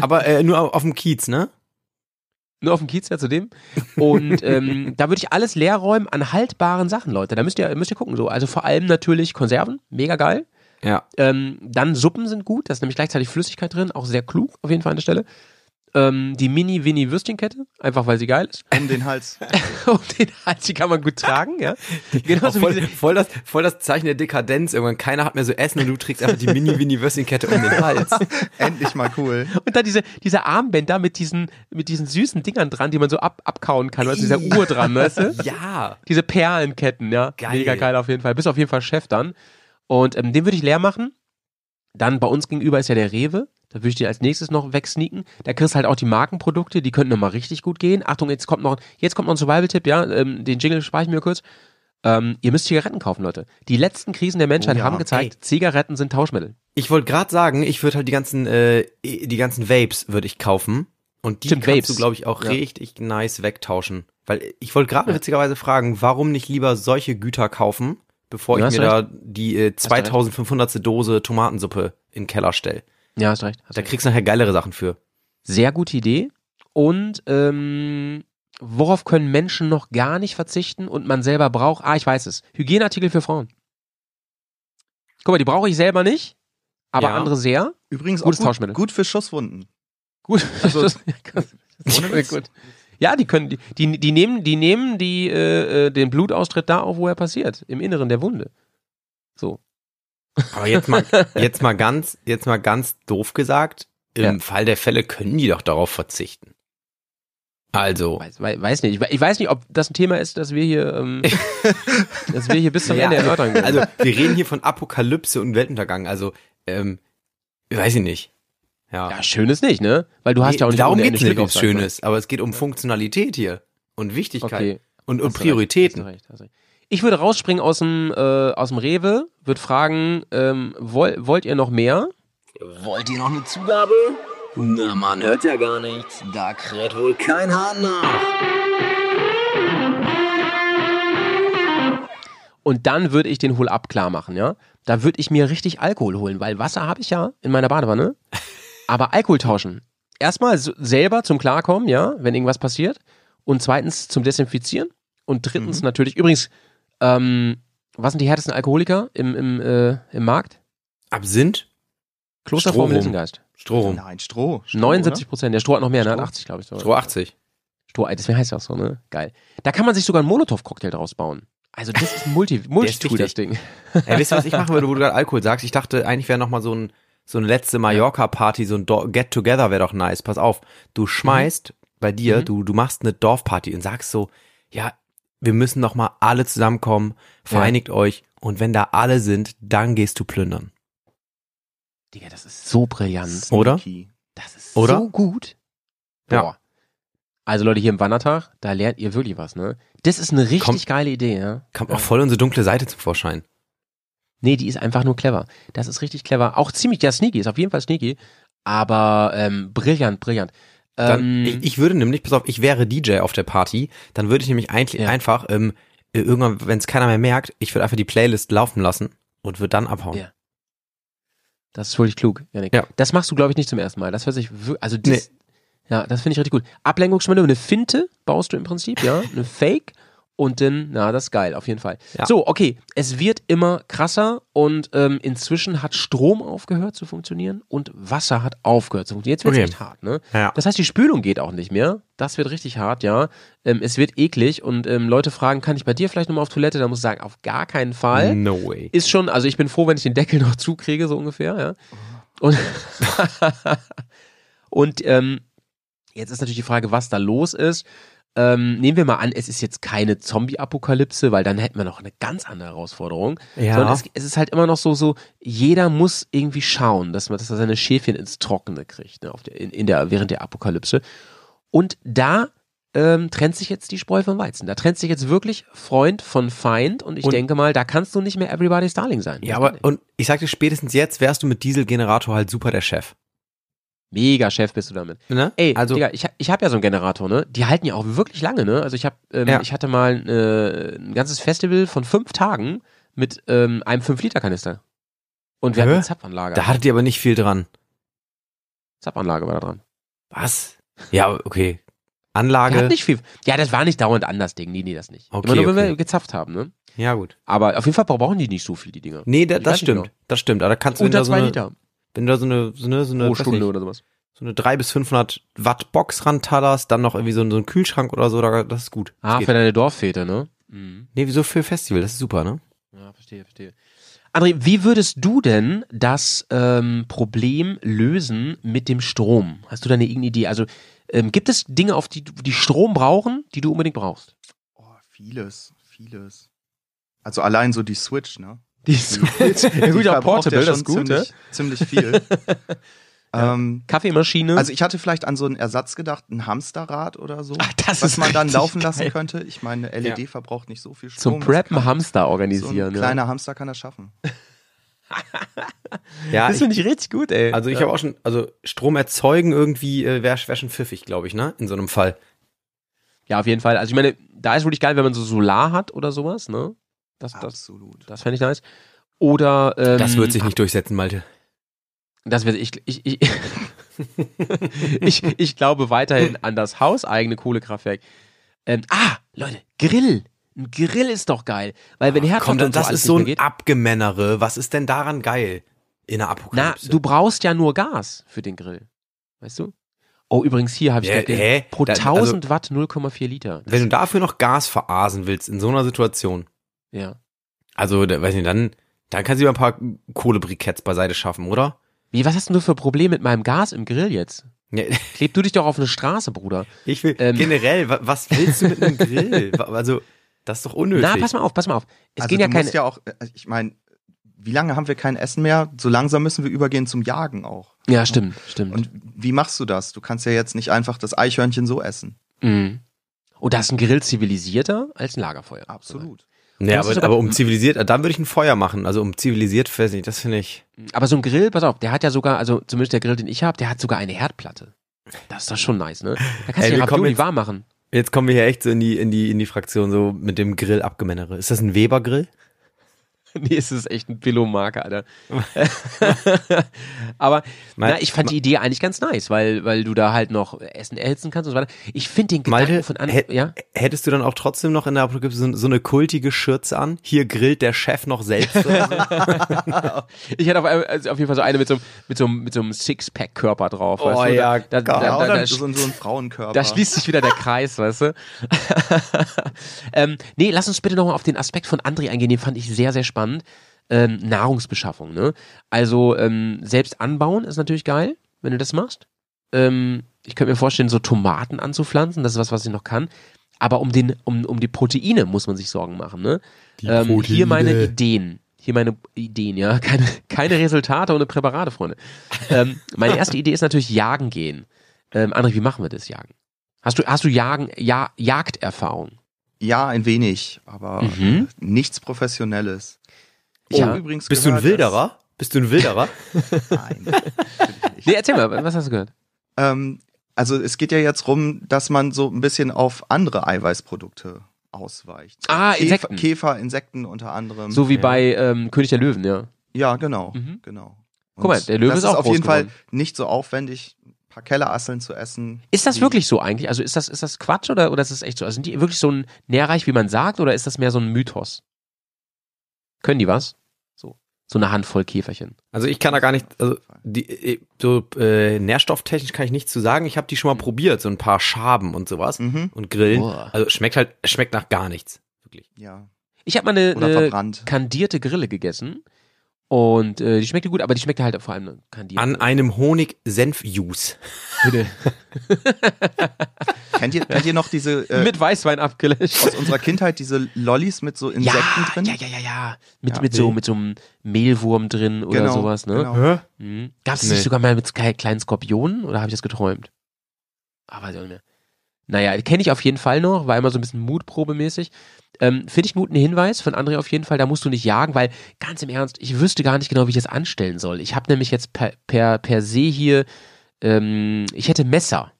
A: Aber äh, nur au- auf dem Kiez, ne?
B: Nur auf dem Kiez, ja, zudem. Und ähm, da würde ich alles leer räumen an haltbaren Sachen, Leute. Da müsst ihr, müsst ihr gucken. So. Also vor allem natürlich Konserven, mega geil.
A: Ja.
B: Ähm, dann Suppen sind gut, da ist nämlich gleichzeitig Flüssigkeit drin, auch sehr klug auf jeden Fall an der Stelle. ähm, die Mini-Winnie-Würstchenkette, einfach weil sie geil ist.
C: um den Hals.
B: Und den Hals, die kann man gut tragen, ja. Genauso wie
A: voll,
B: diese,
A: voll, das, voll das Zeichen der Dekadenz. Irgendwann keiner hat mehr so Essen und du trägst einfach die Mini-Winnie-Würstchenkette um den Hals.
C: Endlich mal cool.
B: und dann diese, diese Armbänder mit diesen, mit diesen süßen Dingern dran, die man so ab, abkauen kann, also dieser Uhr dran, weißt du?
A: Ja.
B: Diese Perlenketten, ja.
A: Geil.
B: Mega geil auf jeden Fall. Bist auf jeden Fall Chef dann. Und ähm, den würde ich leer machen. Dann bei uns gegenüber ist ja der Rewe. Da würde ich den als nächstes noch wegsneaken. Da kriegst du halt auch die Markenprodukte, die könnten nochmal richtig gut gehen. Achtung, jetzt kommt noch, jetzt kommt noch ein Survival-Tipp, ja. Ähm, den Jingle spare ich mir kurz. Ähm, ihr müsst Zigaretten kaufen, Leute. Die letzten Krisen der Menschheit
C: Oh ja.
B: haben gezeigt, Zigaretten sind Tauschmittel.
A: Ich wollte gerade sagen, ich würde halt die ganzen, äh, die ganzen Vapes würde ich kaufen. Und die
B: Stimmt,
A: kannst
B: Vapes.
A: du, glaube ich, auch
B: Ja.
A: richtig nice wegtauschen. Weil ich wollte gerade witzigerweise fragen, warum nicht lieber solche Güter kaufen, bevor
B: Ja,
A: ich
B: hast
A: mir
B: du
A: da die äh, 2500. Dose Tomatensuppe in den Keller stelle.
B: Ja, hast recht. Hast
A: Da
B: recht.
A: kriegst du nachher geilere Sachen für.
B: Sehr gute Idee. Und ähm, worauf können Menschen noch gar nicht verzichten und man selber braucht? Ah, ich weiß es. Hygieneartikel für Frauen. Guck mal, die brauche ich selber nicht, aber
A: Ja.
B: andere sehr.
C: Übrigens
B: Gutes
C: auch gut,
B: Tauschmittel.
C: gut für Schusswunden.
B: Gut.
C: Also-
B: das, das
C: Ohne
B: ist
C: Witz.
B: gut. Ja, die können, die, die, die nehmen, die nehmen die, äh, äh, den Blutaustritt da auf, wo er passiert, im Inneren der Wunde.
A: Aber jetzt mal, jetzt mal ganz, jetzt mal ganz doof gesagt, im
B: Ja.
A: Fall der Fälle können die doch darauf verzichten. Also,
B: Weiß, weiß, weiß nicht. Ich, we- ich weiß nicht, ob das ein Thema ist, dass wir hier, ähm, dass wir hier bis zum
A: Ja,
B: Ende erörtern können.
A: also wir reden hier von Apokalypse und Weltuntergang. Also, ähm, weiß ich nicht. Ja,
B: ja, schön ist nicht, ne? Weil du hast ja auch nicht
A: darum
B: ohne
A: geht's
B: Ende ne?
A: nicht, ob's
B: Schlücke,
A: schön
B: sag ich
A: ist, aber es geht um Funktionalität hier und
B: mal.
A: Wichtigkeit
B: Okay.
A: und, und
B: Hast du recht,
A: Prioritäten.
B: hast du recht, hast du recht. Ich würde rausspringen aus dem, äh, aus dem Rewe, würde fragen, ähm, woll, wollt ihr noch mehr?
E: Wollt ihr noch eine Zugabe? Na, man hört ja gar nichts. Da kräht wohl kein Hahn nach.
B: Und dann würde ich den Hol-Up klar machen, ja? Da würde ich mir richtig Alkohol holen, weil Wasser habe ich ja in meiner Badewanne. Aber Alkohol tauschen. Erstmal s- selber zum Klarkommen, ja, wenn irgendwas passiert. Und zweitens zum Desinfizieren. Und drittens
C: Mhm.
B: natürlich, übrigens, ähm, was sind die härtesten Alkoholiker im, im, äh, im Markt?
A: Absinth,
B: Klosterform
A: Strohrum.
B: Linsengeist.
A: Strohrum,
B: Genau.
C: Nein, Stroh. Stroh ne?
B: 79 Prozent. Der Stroh hat noch mehr, ne? Hat
C: Stroh?
B: 80, glaube ich. sogar.
A: Stroh 80.
B: Stroh, deswegen heißt das so, ne? Geil. Da kann man sich sogar einen Molotow-Cocktail draus bauen. Also das ist ein Multi Multitool, das Ding.
A: Ey, wisst ihr, was ich machen würde, wo du gerade Alkohol sagst? Ich dachte, eigentlich wäre noch mal so ein so eine letzte Mallorca-Party, so ein Do- Get-Together wäre doch nice. Pass auf,
B: Mhm.
A: du schmeißt bei dir, du du machst eine Dorfparty und sagst so, ja, wir müssen noch mal alle zusammenkommen, vereinigt euch und wenn da alle sind, dann gehst du plündern,
B: Digga, das ist so brillant.
A: oder?
C: Sneaky.
B: Das ist
A: Oder?
B: so gut.
A: Ja.
B: Also Leute, hier im Wandertag, da lernt ihr wirklich was, ne? Das ist eine richtig
A: Komm.
B: geile Idee, ja?
A: Kommt auch voll unsere dunkle Seite zum Vorschein.
B: Nee, die ist einfach nur clever. Das ist richtig clever. Auch ziemlich, ja, sneaky, ist auf jeden Fall sneaky. Aber ähm, brillant, brillant.
A: Dann,
B: Ähm,
A: ich, ich würde nämlich, pass auf, ich wäre DJ auf der Party, dann würde ich nämlich eigentlich
B: Ja.
A: einfach ähm, äh, irgendwann, wenn es keiner mehr merkt, ich würde einfach die Playlist laufen lassen und würde dann abhauen.
B: Ja. Das ist wirklich klug, Janik.
A: Ja.
B: Das machst du, glaube ich, nicht zum ersten Mal. Das hört sich wir- also das, ja, das finde ich richtig gut. Ablenkungsmanöver, eine Finte baust du im Prinzip, ja, eine Fake und dann, na, das ist geil, auf jeden Fall.
A: Ja.
B: So, okay, es wird immer krasser und ähm, inzwischen hat Strom aufgehört zu funktionieren und Wasser hat aufgehört zu funktionieren. Jetzt wird
A: Okay.
B: echt hart, ne?
A: Ja.
B: Das heißt, die Spülung geht auch nicht mehr. Das wird richtig hart, ja. Ähm, es wird eklig und ähm, Leute fragen, kann ich bei dir vielleicht nochmal auf Toilette? Da muss ich sagen, auf gar keinen Fall
A: No way.
B: ist schon, also ich bin froh, wenn ich den Deckel noch zukriege, so ungefähr, ja. Und, und ähm, jetzt ist natürlich die Frage, was da los ist. Ähm, nehmen wir mal an, es ist jetzt keine Zombie-Apokalypse, weil dann hätten wir noch eine ganz andere Herausforderung.
A: Ja.
B: Sondern es, es ist halt immer noch so, so, jeder muss irgendwie schauen, dass man, dass er seine Schäfchen ins Trockene kriegt, ne, auf der, in, in der, während der Apokalypse. Und da ähm, trennt sich jetzt die Spreu vom Weizen. Da trennt sich jetzt wirklich Freund von Feind und ich
A: Und-
B: denke mal, da kannst du nicht mehr Everybody's Darling sein.
A: Ja,
B: Das
A: aber
B: geht nicht.
A: und ich sagte spätestens jetzt wärst du mit Dieselgenerator halt super der Chef.
B: mega Chef bist du damit.
A: Ne?
B: Ey, also,
A: also
B: Digga, ich, ha- ich habe ja so einen Generator, ne? Die halten ja auch wirklich lange, ne? Also ich habe, ähm,
A: Ja.
B: ich hatte mal äh, ein ganzes Festival von fünf Tagen mit ähm, einem 5-Liter-Kanister. Und wir hatten
A: Hä?
B: eine Zapfanlage.
A: da hattet ihr aber nicht viel dran.
B: Zapfanlage war da dran.
A: Was? Ja, okay.
B: Wir hatten
A: Anlage.
B: nicht viel. Ja, das war nicht dauernd anders, Ding. Nee, nee, das nicht.
A: Okay,
B: Immer nur, wenn
A: okay.
B: wir gezapft haben, ne?
A: Ja, gut.
B: Aber auf jeden Fall brauchen die nicht so viel, die Dinger.
A: Nee, da,
B: Ich
A: das
B: weiß nicht
A: stimmt.
B: genau.
A: Das stimmt. Aber da kannst du, wenn du
B: Unter
A: da so
B: zwei
A: eine,
B: Liter
A: wenn du da so eine, so eine, so eine
B: pro
A: weiß nicht,
B: Stunde oder sowas.
A: so eine 3 bis 500 Watt Box rantallerst, dann noch irgendwie so, so einen Kühlschrank oder so, da- das ist gut. Das
B: Ah,
A: geht. Mhm.
B: für deine Dorfväter, ne?
A: Nee, wieso für Festival? Das ist super, ne?
B: Ja, verstehe, verstehe. André, wie würdest du denn das ähm, Problem lösen mit dem Strom? Hast du da eine irgendeine Idee? Also ähm, gibt es Dinge, auf die du- die Strom brauchen, die du unbedingt brauchst?
C: Oh, vieles, vieles. Also allein so die Switch, ne?
B: Die Switch. ja,
C: Die
B: gut, auch
C: verbraucht
B: Portable,
C: ja
B: das
C: schon
B: ist gut, ne?
C: ziemlich, ziemlich viel. ähm,
B: Kaffeemaschine.
C: also ich hatte vielleicht an so einen Ersatz gedacht, ein Hamsterrad oder so,
B: Ach, Ah, das
C: was
B: ist
C: man dann
B: richtig
C: laufen lassen
B: geil.
C: könnte. Ich meine, eine LED verbraucht nicht so viel
B: zum
C: Strom.
B: Preppen
C: Das kann-
B: Hamster
C: so ein
B: organisieren. ne?
C: kleiner Hamster kann das schaffen.
A: Ja,
B: ja. Das
A: ich,
B: finde Ah, ich richtig gut, ey.
A: also ich
B: ja.
A: habe auch schon, also Strom erzeugen irgendwie äh, wäre wär schon pfiffig, glaube ich, ne? In so einem Fall.
B: ja, auf jeden Fall. Also ich meine, da ist wirklich geil, wenn man so Solar hat oder sowas, ne? Das, das,
C: Absolut.
B: das fände ich nice. Oder ähm,
A: Das wird sich nicht durchsetzen, Malte.
B: Das wird ich ich ich, ich ich glaube weiterhin an das hauseigene Kohlekraftwerk. Ähm, ah, Leute, Grill. Ein Grill ist doch geil, weil wenn Herzog
A: Ah, Komm,
B: und
A: dann, das
B: alles
A: ist so
B: nicht
A: ein
B: mehr
A: Abgemännere. Was ist denn daran geil? In der
B: na,
A: Apokalypse.
B: du brauchst ja nur Gas für den Grill. Weißt du? Oh, übrigens hier habe ich
A: Ja,
B: gerade gelesen,
A: hä?
B: pro
A: Da- also
B: 1000 Watt 0,4 Liter.
A: wenn du dafür noch Gas verasen willst in so einer Situation,
B: Ja.
A: also, da, weiß nicht, dann, dann kannst du lieber ein paar Kohlebriketts beiseite schaffen, oder?
B: Wie, was hast denn du für ein Problem mit meinem Gas im Grill jetzt?
A: Ja,
B: Kleb du dich doch auf eine Straße, Bruder.
A: ich will,
B: Ähm.
A: generell, wa- was willst du mit einem Grill? Wa- Also, das ist doch unnötig.
B: Na, pass mal auf, pass mal auf. Es
C: also
B: gehen ja
C: du
B: keine
C: musst ja auch, äh, ich meine, wie lange haben wir kein Essen mehr? So langsam müssen wir übergehen zum Jagen auch.
B: Ja, stimmt, stimmt.
C: Und wie machst du das? Du kannst ja jetzt nicht einfach das Eichhörnchen so essen.
B: Mhm. Und da ist ein Grill zivilisierter als ein Lagerfeuer.
A: nee,
B: Du hast
A: aber,
B: es aber-
A: aber um zivilisiert, dann würde ich ein Feuer machen. Also, um zivilisiert, weiß nicht, das finde ich.
B: Aber so ein Grill, pass auf, der hat ja sogar, also zumindest der Grill, den ich habe, der hat sogar eine Herdplatte. Das ist doch schon nice, ne? Da kannst
A: Ey,
B: du ja
A: wir kommen
B: Ravioli
A: jetzt-
B: warm machen.
A: Jetzt kommen wir hier echt so in die, in die, in die Fraktion, so mit dem Grill Abgemännere. Ist das ein Weber-Grill?
B: Nee, es ist echt ein Pillow-Marker, Alter. Aber na,
A: Mal-
B: ich fand die Idee eigentlich ganz nice, weil, weil du da halt noch Essen erhitzen kannst und so weiter. Ich finde den Gedanken
A: Malte,
B: von an,
A: hä-
B: ja?
A: hättest du dann auch trotzdem noch in der Apokalypse so, so eine kultige Schürze an? Hier grillt der Chef noch selbst. oder so?
B: Ich hätte auf, einmal- also auf jeden Fall so eine mit so, einem- mit so, einem- mit so einem Sixpack-Körper drauf.
A: Oh
B: weißt du?
A: ja,
B: da, da,
A: geil.
C: Ja,
B: da, da,
C: oder
B: da,
C: so, ein- so ein Frauenkörper.
B: Da schließt sich wieder der Kreis, weißt du? ähm, nee, lass uns bitte nochmal auf den Aspekt von André eingehen, den fand ich sehr, sehr spannend. Ähm, Nahrungsbeschaffung, ne? Also ähm, selbst anbauen ist natürlich geil, wenn du das machst. Ähm, ich könnte mir vorstellen, so Tomaten anzupflanzen, das ist was, was ich noch kann. Aber um, den, um, um die Proteine muss man sich Sorgen machen, ne? Ähm, hier meine Ideen. Hier meine Ideen, ja. Keine, keine Resultate ohne Präparate, Freunde. Ähm, meine erste Idee ist natürlich jagen gehen. Ähm, André, wie machen wir das Jagen? Hast du, hast du Jagen, ja, Jagderfahrung?
C: Ja, ein wenig, aber äh,
B: Mhm. Oh,
C: nichts Professionelles. Ich
B: Ja.
C: habe übrigens
A: Bist du ein
C: gehört, dass-
A: Wilderer? Bist du ein Wilderer?
C: Nein, natürlich
B: Nee,
C: nicht.
B: erzähl mal, was hast du gehört?
C: Ähm, also es geht ja jetzt rum, dass man so ein bisschen auf andere Eiweißprodukte ausweicht. So
B: Ah, Insekten.
C: Käfer, Käfer, Insekten unter anderem.
B: So wie
A: Ja.
B: bei ähm, König der Löwen, ja.
C: ja, genau,
B: Mhm.
C: genau.
B: Guck mal, der Löwe
C: das
B: ist auch
C: auf
B: groß
C: jeden Fall
B: geworden.
C: nicht so aufwendig, ein paar Kellerasseln zu essen.
B: Ist das
C: wie-
B: wirklich so eigentlich? Also ist das, ist das Quatsch oder, oder ist das echt so? Also sind die wirklich so ein nährreich, wie man sagt, oder ist das mehr so ein Mythos? Können die was? So. So eine Handvoll Käferchen.
A: Also ich kann da gar nicht, also die, äh, so äh, nährstofftechnisch kann ich nichts zu sagen. Ich habe die schon mal probiert, so ein paar Schaben und sowas
C: Mhm,
A: und Grillen.
B: Mhm. Boah.
A: Also schmeckt halt, schmeckt nach gar nichts. Wirklich.
C: ja.
B: Ich habe mal eine,
C: Oder
B: eine
C: verbrannt.
B: kandierte Grille gegessen. Und äh, die schmeckte gut, aber die schmeckte halt vor allem kandiert.
A: An einem Honig-Senf-Juice.
B: Bitte.
C: Kennt ihr, kennt ihr noch diese äh,
B: mit Weißwein abgelöscht.
C: aus unserer Kindheit diese Lollis mit so
B: Ja,
C: Insekten drin?
B: ja, ja, ja, ja. Mit,
C: Ja,
B: mit, so,
C: nee.
B: mit so einem Mehlwurm drin oder
C: Genau,
B: sowas, ne?
C: genau.
A: Hä?
B: Mhm. Gab es das
A: Nee.
B: nicht sogar mal mit kle- kleinen Skorpionen oder habe ich das geträumt? Ah, weiß ich auch nicht mehr. Naja, kenne ich auf jeden Fall noch, war immer so ein bisschen mutprobemäßig. Ähm, Finde ich einen guten Hinweis von André auf jeden Fall, da musst du nicht jagen, weil ganz im Ernst, ich wüsste gar nicht genau, wie ich das anstellen soll. Ich habe nämlich jetzt per, per, per se hier, ähm, ich hätte Messer,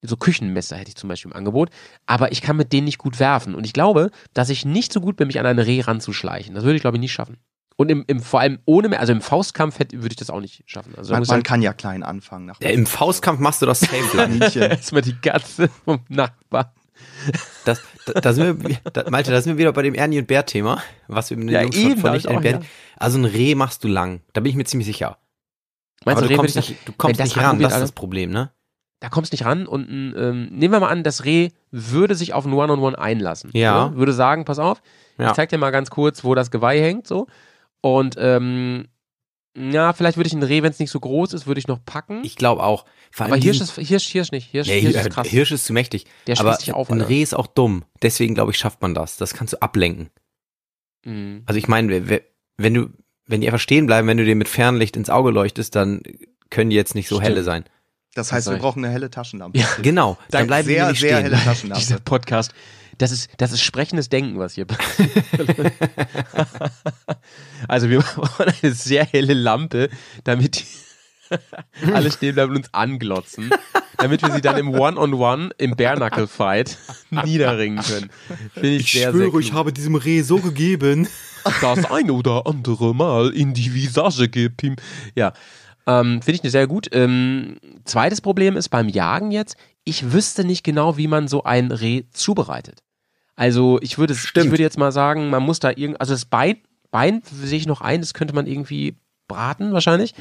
B: so Küchenmesser hätte ich zum Beispiel im Angebot, aber ich kann mit denen nicht gut werfen und ich glaube, dass ich nicht so gut bin, mich an ein Reh ranzuschleichen. Das würde ich glaube ich nicht schaffen. Und im, im vor allem ohne, Me- also im Faustkampf hätte, würde ich das auch nicht schaffen. Also da
C: Man,
B: muss ich
C: man
B: sagen,
C: kann ja klein anfangen. Nach
A: Ja, Im Faustkampf machst du das safe. Lang.
C: Kaninchen.
B: Erstmal die Katze vom Nachbar.
A: Das, da, da sind wir, da, Malte, da sind wir wieder bei dem Ernie und Bär-Thema, was wir mit den
B: Ja,
A: Jungs
B: eben,
A: von
B: da
A: nicht
B: hab ich auch,
A: entbehren. Also ein Reh machst du lang. Da bin ich mir ziemlich sicher.
B: Meinst
A: Aber du
B: du, Reh
A: kommst
B: würde ich
A: nicht, du
B: wenn
A: kommst
B: das also-
A: nicht ran, das ist
B: alles-
A: das Problem, ne?
B: da kommst nicht ran und ein, ähm, nehmen wir mal an, das Reh würde sich auf ein One-on-One einlassen.
A: Ja.
B: Würde sagen, pass auf,
A: Ja.
B: ich zeig dir mal ganz kurz, wo das Geweih hängt, so. Und, ähm, ja, vielleicht würde ich ein Reh, wenn es nicht so groß ist, würde ich noch packen.
A: Ich glaube auch. Vor allem
B: Hm? aber Hirsch
A: diesen-
B: ist, Hirsch, Hirsch nicht. Hirsch,
A: Nee,
B: Hirsch
A: Hirsch,
B: ist krass.
A: Hirsch ist zu mächtig.
B: Der schließt
A: aber
B: dich auf,
A: ein
B: Alter.
A: Reh ist auch dumm. Deswegen glaube ich, schafft man das. Das kannst du ablenken.
B: Mhm.
A: Also ich meine, wer- wer- wenn du, wenn die einfach stehen bleiben, wenn du dir mit Fernlicht ins Auge leuchtest, dann können die jetzt nicht so
B: Stimmt.
A: helle sein.
C: Das heißt, wir
B: Sorry.
C: brauchen eine helle Taschenlampe.
B: Ja.
A: Genau, dann
C: Dank
A: bleiben
C: sehr,
A: die nicht
C: sehr
A: stehen.
C: helle Taschenlampe.
B: Dieser Podcast, das ist, das ist sprechendes Denken, was hier passiert. also wir brauchen eine sehr helle Lampe, damit die alle stehen bleiben und uns anglotzen, damit wir sie dann im One-on-One, im Bare-Knuckle-Fight niederringen können. Finde ich, sehr, sehr klug.
A: habe diesem Reh so gegeben.
B: das ein oder andere Mal in die Visage gepimpt. Ja, ähm, finde ich eine sehr gut. Ähm, zweites Problem ist beim Jagen jetzt, ich wüsste nicht genau, wie man so ein Reh zubereitet. Also ich würde, ich
A: Stimmt.
B: würde jetzt mal sagen, man muss da irgend, also das Bein, Bein sehe ich noch ein, das könnte man irgendwie braten wahrscheinlich.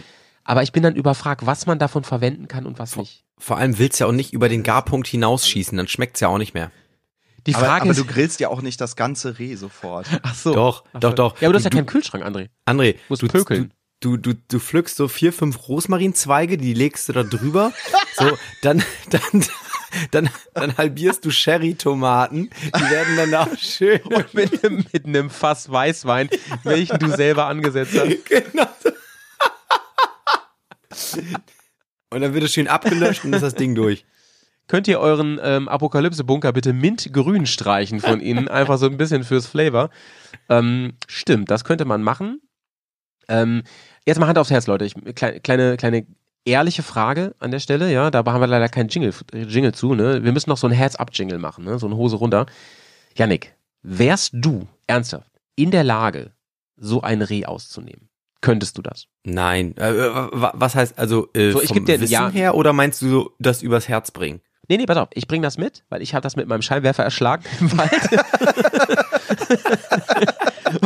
B: Aber ich bin dann überfragt, was man davon verwenden kann und was nicht.
A: Vor allem willst du ja auch nicht über den Garpunkt hinausschießen, dann schmeckt's ja auch nicht mehr.
B: Die
C: Aber,
B: Frage
C: aber
B: ist,
C: du grillst ja auch nicht das ganze Reh sofort.
B: ach so.
A: Doch,
B: Ach
A: doch,
B: so.
A: doch.
B: Ja, aber du hast ja
A: Du-
B: keinen Kühlschrank, André.
A: André,
B: Musst
A: du,
B: pökeln.
A: Du, du, du pflückst so vier, fünf Rosmarinzweige, die legst du da drüber. so, dann, dann, dann, dann halbierst du Sherry-Tomaten. Die werden dann auch schön.
B: Und mit einem, mit einem Fass Weißwein, welchen du selber angesetzt hast.
A: Genau. Und dann wird es schön abgelöscht und ist das Ding durch.
B: Könnt ihr euren ähm, Apokalypse-Bunker bitte mintgrün streichen von innen, einfach so ein bisschen fürs Flavor. Ähm, stimmt, das könnte man machen. Ähm, jetzt mal Hand aufs Herz, Leute. Ich, kleine, kleine, kleine ehrliche Frage an der Stelle, ja, da haben wir leider keinen Jingle, Jingle zu, ne? Wir müssen noch so einen Herz-Up-Jingle machen, ne? So eine Hose runter. Yannick, wärst du ernsthaft in der Lage, so ein Reh auszunehmen? Könntest du das?
A: Nein. Äh, wa- wa- was heißt, also äh,
B: So, ich
A: vom
B: geb dir-
A: Wissen
B: ja.
A: her oder meinst du so, das übers Herz bringen?
B: Nee, nee, pass auf, ich bringe das mit, weil ich habe das mit meinem Scheinwerfer erschlagen im Wald.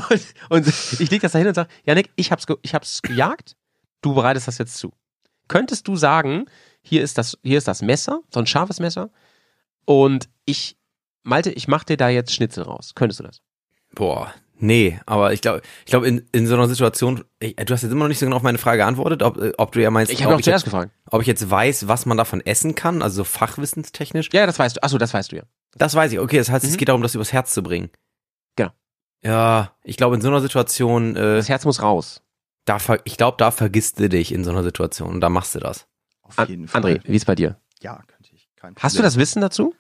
B: und, und ich leg das da hin und sage, Janik, ich hab's, ge ich hab's gejagt, du bereitest das jetzt zu. Könntest du sagen, hier ist das, hier ist das Messer, so ein scharfes Messer, und ich, Malte, ich mach dir da jetzt Schnitzel raus. Könntest du das?
A: Boah, nee, aber ich glaube, ich glaube in, in so einer Situation, ich, du hast jetzt immer noch nicht so genau auf meine Frage geantwortet, ob, äh, ob du ja meinst,
B: Ich
A: ob,
B: habe auch zuerst
A: jetzt,
B: gefragt.
A: ob ich jetzt weiß, was man davon essen kann, also so fachwissenstechnisch.
B: Ja, das weißt du. Achso, das weißt du ja.
A: Das weiß ich. Okay, das heißt, es
B: Mhm.
A: geht darum, das übers Herz zu bringen.
B: Genau.
A: Ja, ich glaube in so einer Situation, äh,
B: Das Herz muss raus.
A: da ver ich glaube, da vergisst du dich in so einer Situation und da machst du das.
C: Auf
B: An
C: jeden Fall.
B: André, wie ist bei dir?
C: Ja, könnte ich. Kein
B: Hast du
C: Problem.
B: das Wissen dazu?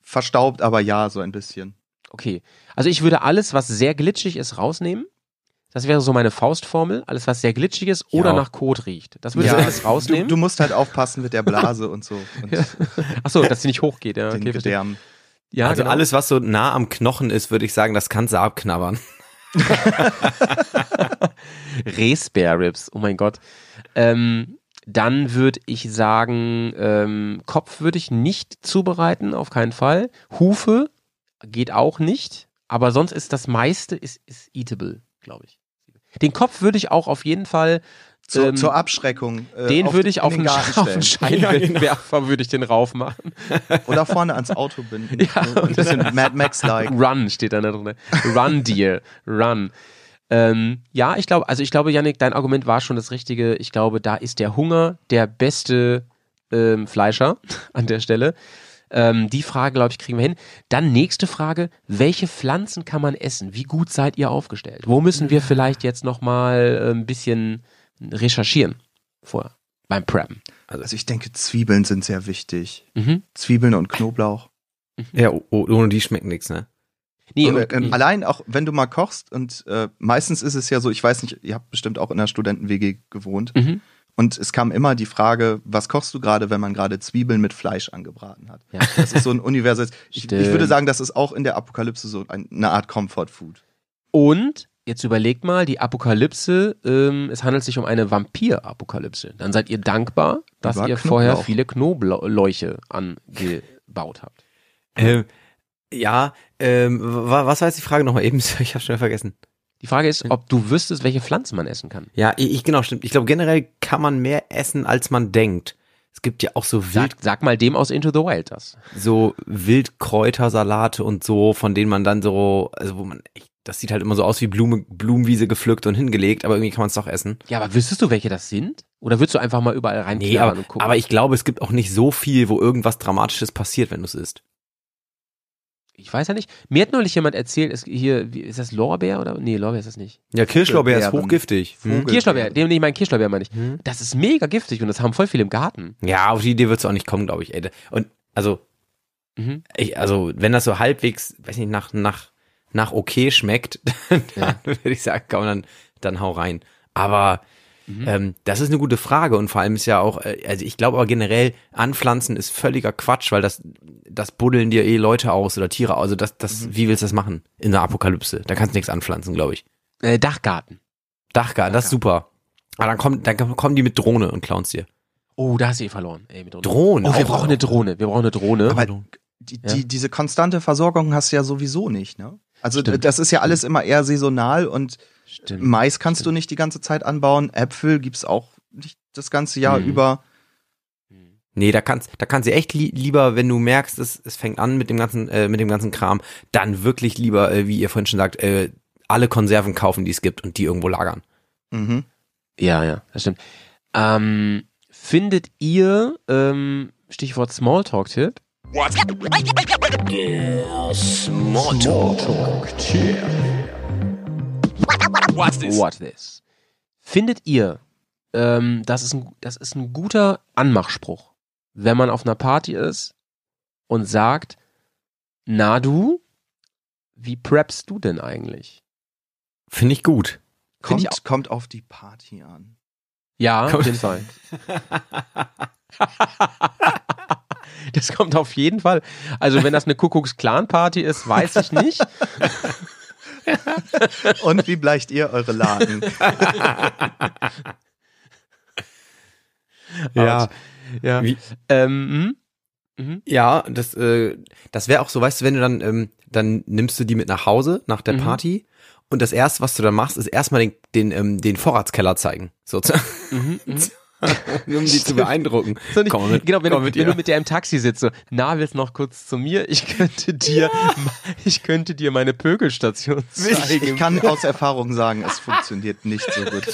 C: Verstaubt, aber ja, so ein bisschen.
B: Okay. Also ich würde alles, was sehr glitschig ist, rausnehmen. Das wäre so meine Faustformel. Alles, was sehr glitschig ist
A: Ja.
B: oder nach Kot riecht. Das würde ich alles
C: du,
B: rausnehmen.
C: du musst halt aufpassen mit der Blase und so. Und
B: Ja. Achso, dass sie nicht hochgeht. Ja,
C: den
B: okay, verstehe.
C: Gedärmen.
B: Ja,
A: also
B: genau.
A: alles, was so nah am Knochen ist, würde ich sagen, das kannst du abknabbern.
B: Reh-Spare-Ribs. Oh mein Gott. Ähm, dann würde ich sagen, ähm, Kopf würde ich nicht zubereiten, auf keinen Fall. Hufe geht auch nicht. Aber sonst ist das meiste ist, ist eatable, glaube ich. Den Kopf würde ich auch auf jeden Fall
C: Zur,
B: ähm,
C: zur Abschreckung. äh,
B: Den würde ich
C: in
B: auf
C: den
B: einen,
C: Garten
B: Sch- auf einen
C: stellen.
B: Scheinwerfer würde ich den raufmachen.
C: Oder vorne ans Auto binden.
B: Ja,
C: so ein
B: und-
C: bisschen Mad Max-like.
B: Run steht da drin. Run, Deal. Run. Ähm, ja, ich glaube, also ich glaube, Yannick, dein Argument war schon das Richtige. Ich glaube, da ist der Hunger der beste ähm, Fleischer an der Stelle. Ähm, die Frage, glaube ich, kriegen wir hin. Dann nächste Frage: Welche Pflanzen kann man essen? Wie gut seid ihr aufgestellt? Wo müssen wir vielleicht jetzt nochmal äh, ein bisschen recherchieren vorher beim Preppen?
C: Also ich denke, Zwiebeln sind sehr wichtig.
B: Mhm.
C: Zwiebeln und Knoblauch.
A: Ja, o- ohne die schmeckt nichts, ne?
B: Nee, Mhm.
C: Und,
B: und-
C: ähm, allein auch, wenn du mal kochst und äh, meistens ist es ja so, ich weiß nicht, ihr habt bestimmt auch in der Studenten-WG gewohnt
B: Mhm.
C: und es kam immer die Frage, was kochst du gerade, wenn man gerade Zwiebeln mit Fleisch angebraten hat?
B: Ja.
C: Das ist so ein universelles, ich, ich würde
B: Stimmt.
C: sagen, das ist auch in der Apokalypse so ein, eine Art Comfort Food.
B: Und jetzt überlegt mal, die Apokalypse, ähm, es handelt sich um eine Vampir-Apokalypse. Dann seid ihr dankbar, dass
C: Über
B: ihr vorher
C: Knoblauch.
B: viele Knobläuche angebaut habt.
A: Äh, Ähm, ja, ähm, wa- was war jetzt die Frage nochmal eben? Ich habe schon vergessen.
B: Die Frage ist, ob du wüsstest, welche Pflanzen man essen kann.
A: Ja, ich, ich- genau, stimmt. Ich glaube, generell kann man mehr essen, als man denkt. Es gibt ja auch so wild,
B: Sag, sag mal dem aus Into the Wild das.
A: so Wildkräutersalate und so, von denen man dann so, also wo man echt, das sieht halt immer so aus wie Blume, Blumenwiese gepflückt und hingelegt, aber irgendwie kann man es doch essen.
B: Ja, aber wüsstest du, welche das sind? Oder würdest du einfach mal überall rein
A: Nee, aber, aber ich glaube, es gibt auch nicht so viel, wo irgendwas Dramatisches passiert, wenn du es isst.
B: ich weiß ja nicht. Mir hat neulich jemand erzählt, es, hier, wie, ist das Lorbeer oder? Nee, Lorbeer ist das nicht.
A: Ja, Kirschlorbeer ist
C: Kirschlorbeer,
A: hochgiftig.
C: Vogel-
A: Hm?
B: Kirschlorbeer, dem nicht mein Kirschlorbeer meine ich.
A: Hm?
B: Das ist mega giftig und das haben voll viele im Garten.
A: Ja, auf die Idee wird's auch nicht kommen, glaube ich. Ey. Und also,
B: Mhm.
A: ich, also, wenn das so halbwegs, weiß nicht, nach, nach, nach okay schmeckt, dann,
B: Ja.
A: würde ich sagen, komm, dann, dann hau rein. Aber
B: Mhm.
A: ähm, das ist eine gute Frage und vor allem ist ja auch, äh, also ich glaube aber generell, anpflanzen ist völliger Quatsch, weil das, das buddeln dir eh Leute aus oder Tiere aus. Also das, das, wie willst du das machen in der Apokalypse? Da kannst du nichts anpflanzen, glaube ich.
B: Äh, Dachgarten.
A: Dachgarten, das ist super. Aber dann kommen, dann kommen die mit Drohne und klauen dir.
B: Oh, da hast du eh verloren. Ey, mit Drohne.
A: Drohne?
B: Oh, wir
A: Auch-
B: brauchen eine Drohne. Wir brauchen eine Drohne.
C: Aber die,
B: Ja.
C: die, diese konstante Versorgung hast du ja sowieso nicht, ne? Also
B: Stimmt.
C: das ist ja alles immer eher saisonal und
B: Stimmt.
C: Mais kannst du nicht die ganze Zeit anbauen, Äpfel gibt's auch nicht das ganze Jahr
A: Mhm.
C: über.
A: Nee, da kannst, da kannst du echt li lieber, wenn du merkst, es, es fängt an mit dem ganzen, äh, mit dem ganzen Kram, dann wirklich lieber, äh, wie ihr vorhin schon sagt, äh, alle Konserven kaufen, die es gibt und die irgendwo lagern.
C: Mhm.
B: Ja, ja, das stimmt. Ähm, findet ihr, ähm, Stichwort Smalltalk-Tipp,
E: Der Smotto.
B: What this? Findet ihr, ähm, das, ist ein, das ist ein guter Anmachspruch, wenn man auf einer Party ist und sagt, na du, wie preppst du denn eigentlich?
A: Finde ich gut.
B: Find ich
C: Kommt, kommt auf die Party an.
B: Ja, auf
A: Kommt-
B: jeden Fall. Das kommt auf jeden Fall. Also wenn das eine Kuckucks-Clan-Party ist, weiß ich nicht.
C: Und wie bleicht ihr eure Laden?
B: Ja. Ja.
A: Wie-
B: Ähm, mhm. Mhm.
A: Ja, das, äh, das wäre auch so, weißt du, wenn du dann, ähm, dann nimmst du die mit nach Hause nach der
B: Mhm.
A: Party und das erste, was du dann machst, ist erstmal den, den, ähm, den Vorratskeller zeigen, sozusagen,
B: Mhm. Mhm.
A: um die zu beeindrucken.
B: So nicht,
A: Komm mit,
B: genau, wenn,
A: komm
B: du,
A: mit
B: wenn
A: ihr.
B: du mit der im Taxi sitzt, so, na, willst noch kurz zu mir? Ich könnte dir, ich könnte dir meine Pökelstation
C: Ich,
B: zeigen.
C: ich kann aus Erfahrung sagen, es funktioniert nicht so gut.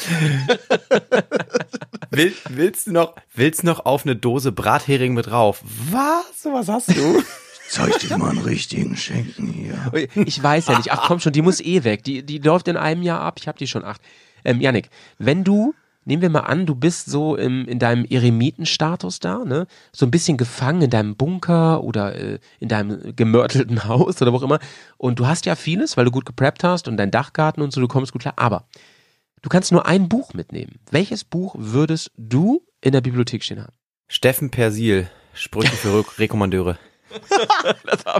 A: Will, willst du noch, willst noch auf eine Dose Brathering mit rauf? Was? Sowas hast du?
C: Soll ich dir mal einen richtigen schenken hier?
B: Ich weiß ja nicht. Ach komm schon, die muss eh weg. Die, die läuft in einem Jahr ab. Ich hab die schon acht. Ähm, Janik, wenn du, nehmen wir mal an, du bist so im, in deinem Eremitenstatus da, ne? So ein bisschen gefangen in deinem Bunker oder äh, in deinem gemörtelten Haus oder wo auch immer. Und du hast ja vieles, weil du gut gepreppt hast und dein Dachgarten und so, du kommst gut klar. Aber du kannst nur ein Buch mitnehmen. Welches Buch würdest du in der Bibliothek stehen haben?
A: Steffen Persil, Sprüche für Rück- Rekommandeure.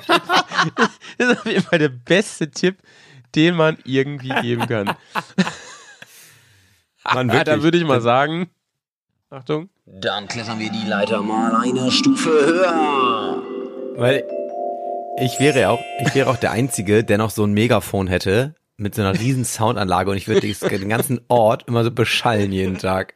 B: Das ist auf jeden Fall der beste Tipp, den man irgendwie geben kann.
A: Man,
B: Ah, da
A: wirklich.
B: würde ich mal sagen. Achtung.
E: Dann klettern wir die Leiter mal eine Stufe höher.
A: Weil ich wäre ja auch, ich wäre auch der Einzige, der noch so ein Megafon hätte mit so einer riesen Soundanlage und ich würde dies- den ganzen Ort immer so beschallen jeden Tag.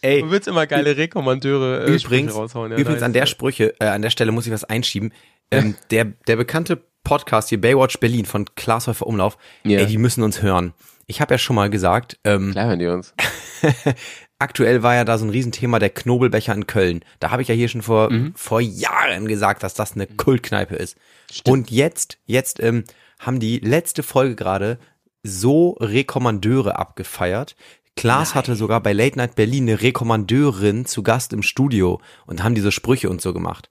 A: Ey,
B: Du willst immer geile Rekommandeure äh, Sprüche
A: übrigens,
B: raushauen.
A: übrigens
B: nice.
A: an der Sprüche, äh, an der Stelle muss ich was einschieben. Ähm, der, der bekannte Podcast hier, Baywatch Berlin von Klaas Häufer Umlauf,
B: Ja.
A: ey, die müssen uns hören. Ich habe ja schon mal gesagt, ähm,
B: Klar hören die uns.
A: aktuell war ja da so ein Riesenthema der Knobelbecher in Köln. Da habe ich ja hier schon vor,
B: Mhm.
A: vor Jahren gesagt, dass das eine Kultkneipe ist. Und jetzt, jetzt ähm, haben die letzte Folge gerade so Rekommandeure abgefeiert. Klaas hatte sogar bei Late Night Berlin eine Rekommandeurin zu Gast im Studio und haben diese Sprüche und so gemacht.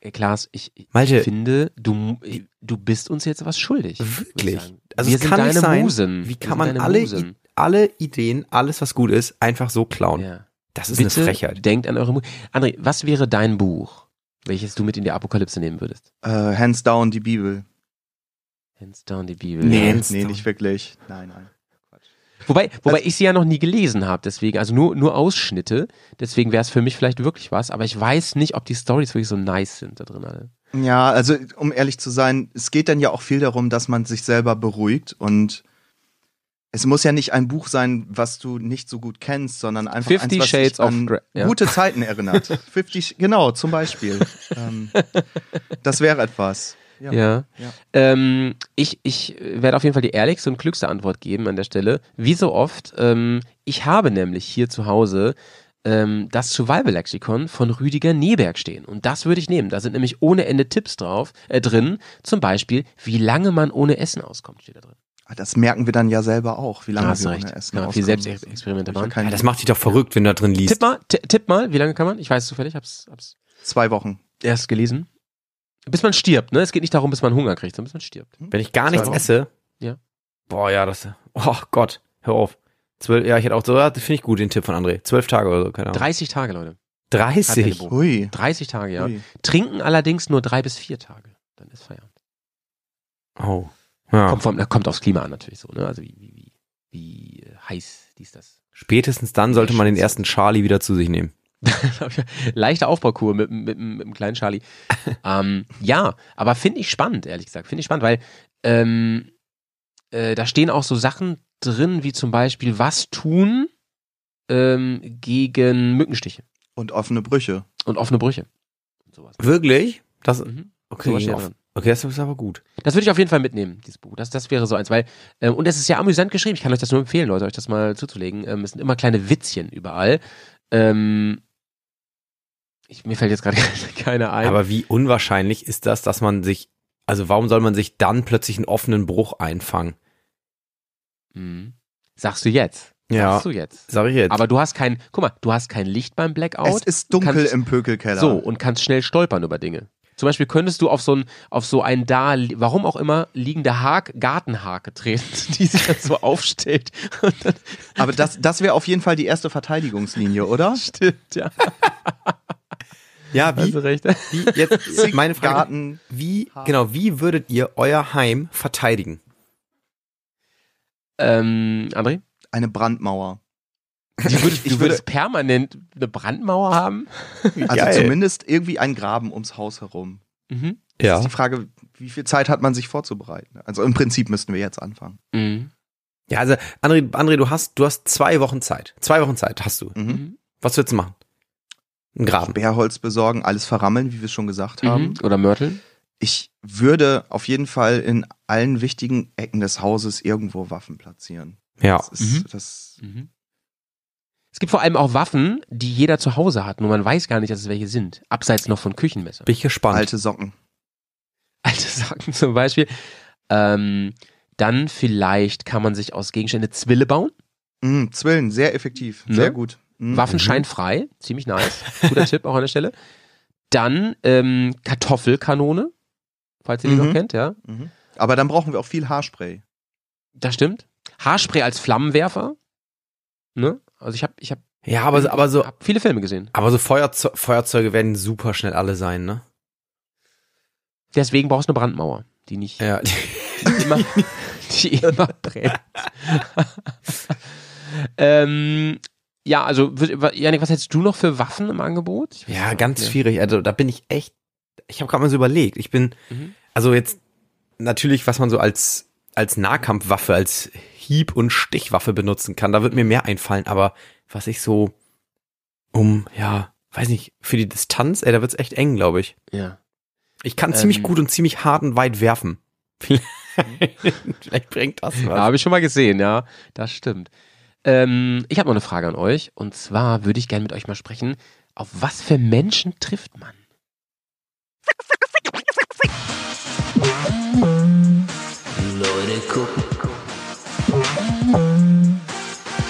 B: Ey, Klaas, ich, ich
A: Malte.
B: finde, du, du bist uns jetzt was schuldig. würd ich
A: Wirklich.
B: sagen.
A: Also
B: Wir
A: es
B: sind
A: kann
B: deine
A: nicht sein,
B: Musen.
A: wie
B: Wir
A: kann
B: sind
A: man
B: deine
A: alle,
B: Musen.
A: I- alle Ideen, alles was gut ist, einfach so klauen.
B: Ja.
A: Das ist
B: Bitte
A: eine Frechheit.
B: denkt an eure Musen. André, was wäre dein Buch, welches du mit in die Apokalypse nehmen würdest?
C: Äh, hands down die Bibel.
B: Hands down die Bibel.
A: Nee,
B: Ja.
A: hands
C: nee,
A: down.
C: nicht wirklich. Nein, nein.
B: Wobei, wobei
C: Also-
B: ich sie ja noch nie gelesen habe, deswegen, also nur, nur Ausschnitte, deswegen wäre es für mich vielleicht wirklich was, aber ich weiß nicht, ob die Stories wirklich so nice sind da drin alle.
C: Ja, also um ehrlich zu sein, es geht dann ja auch viel darum, dass man sich selber beruhigt und es muss ja nicht ein Buch sein, was du nicht so gut kennst, sondern einfach
B: Fifty
C: eins, was
B: Shades
C: dich an
B: of Grey, ja.
C: gute Zeiten erinnert. 50, Sch- genau, zum Beispiel. ähm, das wäre etwas. Ja.
B: Ja.
C: Ja.
B: Ähm, ich ich werde auf jeden Fall die ehrlichste und klügste Antwort geben an der Stelle. Wie so oft, ähm, ich habe nämlich hier zu Hause ähm, das Survival-Lexikon von Rüdiger Neberg stehen. Und das würde ich nehmen. Da sind nämlich ohne Ende Tipps drauf, äh, drin. Zum Beispiel, wie lange man ohne Essen auskommt, steht da drin.
C: Ah, Das merken wir dann ja selber auch, wie lange
B: hast
C: wir
B: recht.
C: ohne Essen
B: Genau,
C: auskommen. Also
B: viel Selbstexperimente waren.
C: Ich kann
A: Ja, das macht dich doch verrückt, wenn du da drin liest.
B: Tipp mal, ti- tipp mal, wie lange kann man? Ich weiß es zufällig, hab's, hab's
C: Zwei Wochen.
B: erst gelesen. Bis man stirbt, ne? Es geht nicht darum, bis man Hunger kriegt, sondern bis man
C: Genau.
B: stirbt.
A: Wenn ich gar nichts
C: Wochen.
A: esse.
B: Ja.
A: Boah, ja, das. Oh Gott, hör auf. Zwölf, ja, ich hätte auch so, ja, das finde ich gut, den Tipp von André. Zwölf Tage oder so, keine Ahnung.
B: 30 Tage, Leute. Hat der
A: 30.
B: geboten.
C: Hui.
B: 30 Tage, ja.
C: Hui.
B: Trinken allerdings nur drei bis vier Tage. Dann ist Feierabend.
A: Oh. Ja.
B: Kommt, vom, kommt aufs Klima an natürlich so, ne? Also wie, wie, wie, wie äh, heiß dies, das.
A: Spätestens dann sollte man den ersten Charlie wieder zu sich nehmen.
B: Leichte Aufbaukur mit, mit, mit dem kleinen Charlie. ähm, ja, aber finde ich spannend, ehrlich gesagt. Finde ich spannend, weil ähm, äh, da stehen auch so Sachen drin, wie zum Beispiel, was tun ähm, gegen Mückenstiche
C: Und offene Brüche.
B: und offene Brüche. Und sowas.
A: Wirklich? Das,
B: Mhm.
A: okay,
B: sowas steht da
A: auf,
B: drin.
A: okay, das ist aber gut.
B: Das würde ich auf jeden Fall mitnehmen, dieses Buch. Das, das wäre so eins, weil, ähm, und es ist ja amüsant geschrieben. Ich kann euch das nur empfehlen, Leute, euch das mal zuzulegen. Ähm, es sind immer kleine Witzchen überall. Ähm, ich, mir fällt jetzt gerade keiner ein.
A: Aber wie unwahrscheinlich ist das, dass man sich, also warum soll man sich dann plötzlich einen offenen Bruch einfangen?
B: Mhm. Sagst du jetzt?
A: Ja,
B: Sagst du jetzt?
A: sag ich jetzt.
B: Aber du hast kein, guck mal, du hast kein Licht beim
C: Es
B: Blackout.
C: ist halt dunkel
B: Kannst-
C: im Pökelkeller.
B: So, und kannst schnell stolpern über Dinge. Zum Beispiel könntest du auf so ein, auf so ein da, warum auch immer, liegende Hak, Gartenhake treten, die sich dann so aufstellt. Und dann
C: Aber das, das wäre auf jeden Fall die erste Verteidigungslinie, oder?
B: stimmt, ja.
A: ja,
B: Hast du
A: wie,
B: recht.
A: wie jetzt meine Frage,
C: Garten.
A: wie, genau, wie würdet ihr euer Heim verteidigen?
B: Ähm, André?
C: Eine Brandmauer.
B: Du würdest,
C: Ich
B: du würdest permanent eine Brandmauer haben?
C: Also
A: Geil.
C: zumindest irgendwie ein Graben ums Haus herum.
B: Mhm.
C: Ja. Ist die Frage, wie viel Zeit hat man sich vorzubereiten? Also im Prinzip müssten wir jetzt anfangen.
B: Mhm.
A: Ja, also André, André, du hast, du hast zwei Wochen Zeit. Zwei Wochen Zeit hast du.
C: Mhm.
A: Was willst du machen? Ein Graben.
C: Sperrholz besorgen, alles verrammeln, wie wir schon gesagt haben.
B: Mhm. Oder Mörtel?
C: Ich würde auf jeden Fall in allen wichtigen Ecken des Hauses irgendwo Waffen platzieren.
A: Ja.
C: Das ist,
B: Mhm.
C: das,
B: Es gibt vor allem auch Waffen, die jeder zu Hause hat, nur man weiß gar nicht, dass es welche sind. Abseits noch von Küchenmesser.
A: Bin ich gespannt.
C: alte Socken.
B: Alte Sachen zum Beispiel. Ähm, dann vielleicht kann man sich aus Gegenständen Zwille bauen.
C: Mhm, Zwillen, sehr effektiv,
B: Ne?
C: sehr gut. Mhm.
B: Waffen scheinfrei. Ziemlich nice. Guter Tipp auch an der Stelle. Dann ähm, Kartoffelkanone. Falls ihr die
C: Mhm.
B: noch kennt, ja.
C: Mhm. Aber dann brauchen wir auch viel Haarspray.
B: Das stimmt. Haarspray als Flammenwerfer. Ne? Also ich habe ich hab,
A: Ja, aber, so- aber so,
B: hab viele Filme gesehen.
A: aber so Feuerze Feuerzeuge werden super schnell alle sein, ne?
B: Deswegen brauchst du eine Brandmauer, die nicht
A: Ja.
B: immer, die immer brennt. ähm, ja, also wür- Janik, was hättest du noch für Waffen im Angebot? Ich weiß
A: Ja,
B: nicht,
A: ganz
B: ne?
A: schwierig. Also da bin ich echt, ich habe gerade mal so überlegt. Ich bin,
B: Mhm.
A: also jetzt natürlich, was man so als, als Nahkampfwaffe, als Hieb- und Stichwaffe benutzen kann, da wird mir mehr einfallen. Aber was ich so um, ja, weiß nicht, für die Distanz, ey, da wird's echt eng, glaube ich.
B: Ja.
A: Ich kann
B: Ähm.
A: ziemlich gut und ziemlich hart und weit werfen. Vielleicht, vielleicht bringt das
B: Ja,
A: was.
B: habe ich schon mal gesehen, ja. Das stimmt. Ähm, ich habe noch eine Frage an euch. Und zwar würde ich gerne mit euch mal sprechen, auf was für Menschen trifft man?
E: Leute gucken.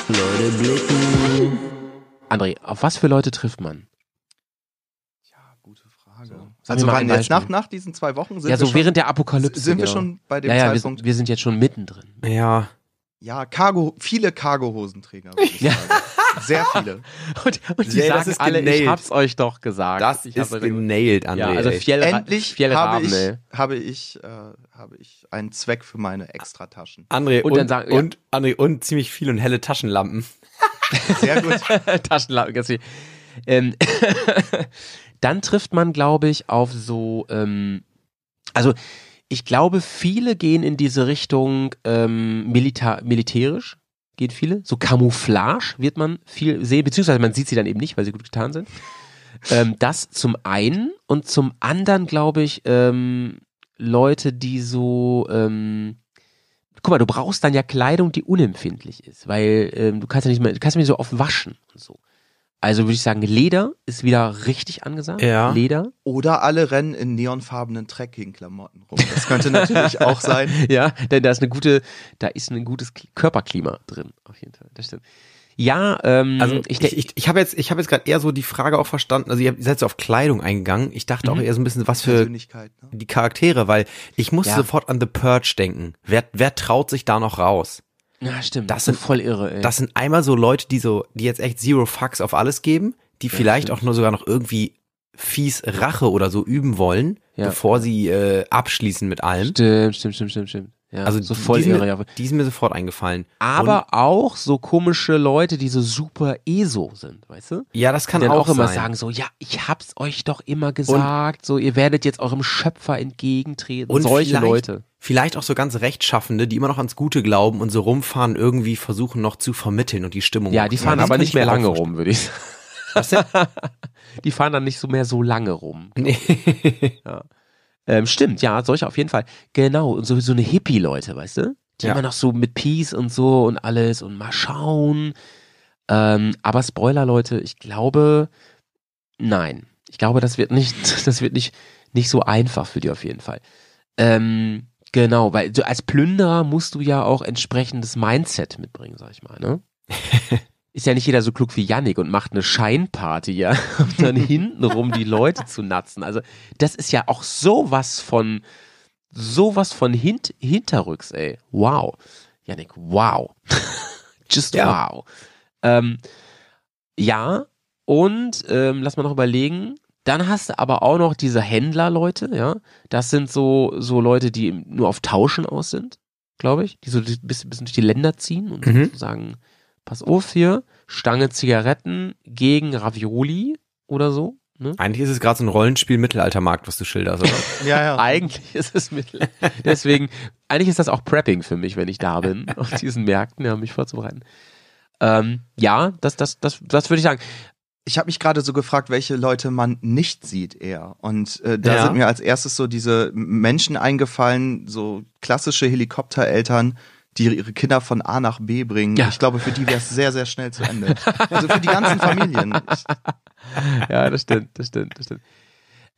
E: Leute blicken.
B: André, auf was für Leute trifft man?
C: Ja, gute Frage.
B: Sag mir
C: Also
B: mal
C: wann
B: ein
C: jetzt
B: Beispiel.
C: nach, nach diesen zwei Wochen sind
B: ja, so
C: wir schon,
B: während der Apokalypse.
C: sind wir
B: genau.
C: schon bei dem
B: ja, ja, wir,
C: Zeitpunkt.
B: sind- wir sind jetzt schon mittendrin.
A: Ja.
C: ja, Cargo, viele Cargo-Hosenträger. würde ich
B: Ja.
C: sagen. Sehr viele.
B: Und, und die
A: Nee, das
B: sagen
A: ist
B: alle, ich
A: genailt.
B: hab's euch doch gesagt.
A: Das
B: ich hab's
A: ist
B: euch doch gesagt.
A: genailed, André.
B: ja, also
A: ey.
B: Fjell,
C: Endlich
B: Fjell
C: habe,
B: Raben, ey.
C: ich, habe, ich, äh, habe ich einen Zweck für meine Extrataschen.
A: André
B: Und
A: und,
B: dann
A: und,
B: sagen- ja. Mhm.
A: André und ziemlich viel und helle Taschenlampen.
C: Sehr gut.
B: Taschenlampe, ganz viel. Ähm, dann trifft man, glaube ich, auf so, ähm, also ich glaube, viele gehen in diese Richtung ähm, milita militärisch. Gehen viele. So Camouflage wird man viel sehen, beziehungsweise man sieht sie dann eben nicht, weil sie gut getan sind. Ähm, das zum einen und zum anderen, glaube ich, ähm, Leute, die so. Ähm, guck mal, du brauchst dann ja Kleidung, die unempfindlich ist, weil ähm, du kannst ja nicht mehr, du kannst ja nicht so oft waschen und so. Also würde ich sagen, Leder ist wieder richtig angesagt.
A: Ja.
B: Leder.
C: Oder alle rennen in neonfarbenen Trekkingklamotten rum. Das könnte natürlich auch sein.
B: Ja, denn da ist eine gute, da ist ein gutes Kli- Körperklima drin, auf jeden Fall. Das stimmt. Ja, ähm,
A: Also
B: ich,
A: ich,
B: denk-
A: ich, ich, habe jetzt, ich habe jetzt gerade eher so die Frage auch verstanden. Also ihr seid so auf Kleidung eingegangen. Ich dachte
B: Mhm.
A: auch eher so ein bisschen, was für
C: Persönlichkeit. Ne?
A: die Charaktere, weil ich musste
B: Ja.
A: sofort an The Purge denken. Wer, wer traut sich da noch raus?
B: ja, Ah, stimmt.
A: das
B: Das ist
A: sind-
B: voll irre, ey.
A: Das sind einmal so Leute, die so, die jetzt echt Zero Fucks auf alles geben, die vielleicht auch nur sogar noch irgendwie fies Rache oder so üben wollen,
B: Ja.
A: bevor sie äh, abschließen mit allem.
B: stimmt, stimmt, stimmt, stimmt, stimmt. Ja,
A: Also
B: so voll
A: die, sind
B: irre,
A: mir,
B: ja.
A: die sind mir sofort eingefallen.
B: Aber auch so komische Leute, die so super ESO sind, weißt du?
A: Ja, das kann
B: die dann
A: auch,
B: auch, immer
A: sein.
B: sagen, so, ja, ich hab's euch doch immer gesagt, so, ihr werdet jetzt eurem Schöpfer entgegentreten.
A: Und
B: solche
A: vielleicht,
B: Leute.
A: Vielleicht auch so ganz Rechtschaffende, die immer noch ans Gute glauben und so rumfahren, irgendwie versuchen noch zu vermitteln und die Stimmung.
B: Ja, die fahren
A: Das
B: aber
A: kann
B: nicht
A: ich mir
B: mehr lange
A: auch
B: rum, würde ich sagen.
A: vorstellen. Was
B: Die fahren dann nicht so mehr so lange rum.
A: denn? Nee.
B: Ähm, stimmt, ja, solche auf jeden Fall. Genau, und so, so eine Hippie-Leute, weißt du? Die
A: Ja.
B: immer noch so mit Peace und so und alles und mal schauen. Ähm, aber Spoiler, Leute, ich glaube, nein. Ich glaube, das wird nicht, das wird nicht, nicht so einfach für die auf jeden Fall. Ähm, genau, weil du als Plünderer musst du ja auch entsprechendes Mindset mitbringen, sag ich mal, ne? Ist ja nicht jeder so klug wie Yannick und macht eine Scheinparty, ja, um dann hintenrum die Leute zu natzen. Also, das ist ja auch sowas von, sowas von hint, hinterrücks, ey. Wow. Yannick, wow. Just
A: Ja.
B: wow. Ähm, ja, und ähm, lass mal noch überlegen. Dann hast du aber auch noch diese Händlerleute, ja. Das sind so, so Leute, die nur auf Tauschen aus sind, glaube ich. Die so ein bisschen, bisschen durch die Länder ziehen und
A: Mhm.
B: sagen, pass auf hier, Stange Zigaretten gegen Ravioli oder so. Ne?
A: Eigentlich ist es gerade so ein Rollenspiel Mittelaltermarkt, was du schilderst, oder?
C: Ja, ja.
B: Eigentlich ist es mit. Deswegen, eigentlich ist das auch Prepping für mich, wenn ich da bin, auf diesen Märkten, ja, mich vorzubereiten. Ähm, ja, das, das, das, das würde ich sagen.
C: ich habe mich gerade so gefragt, welche Leute man nicht sieht eher. Und äh, da
A: Ja.
C: sind mir als erstes so diese Menschen eingefallen, so klassische Helikoptereltern, die ihre Kinder von A nach B bringen.
B: Ja.
C: Ich glaube, für die wäre es sehr, sehr schnell zu Ende. Also für die ganzen Familien. Ich,
B: Ja, das stimmt, das stimmt, das stimmt.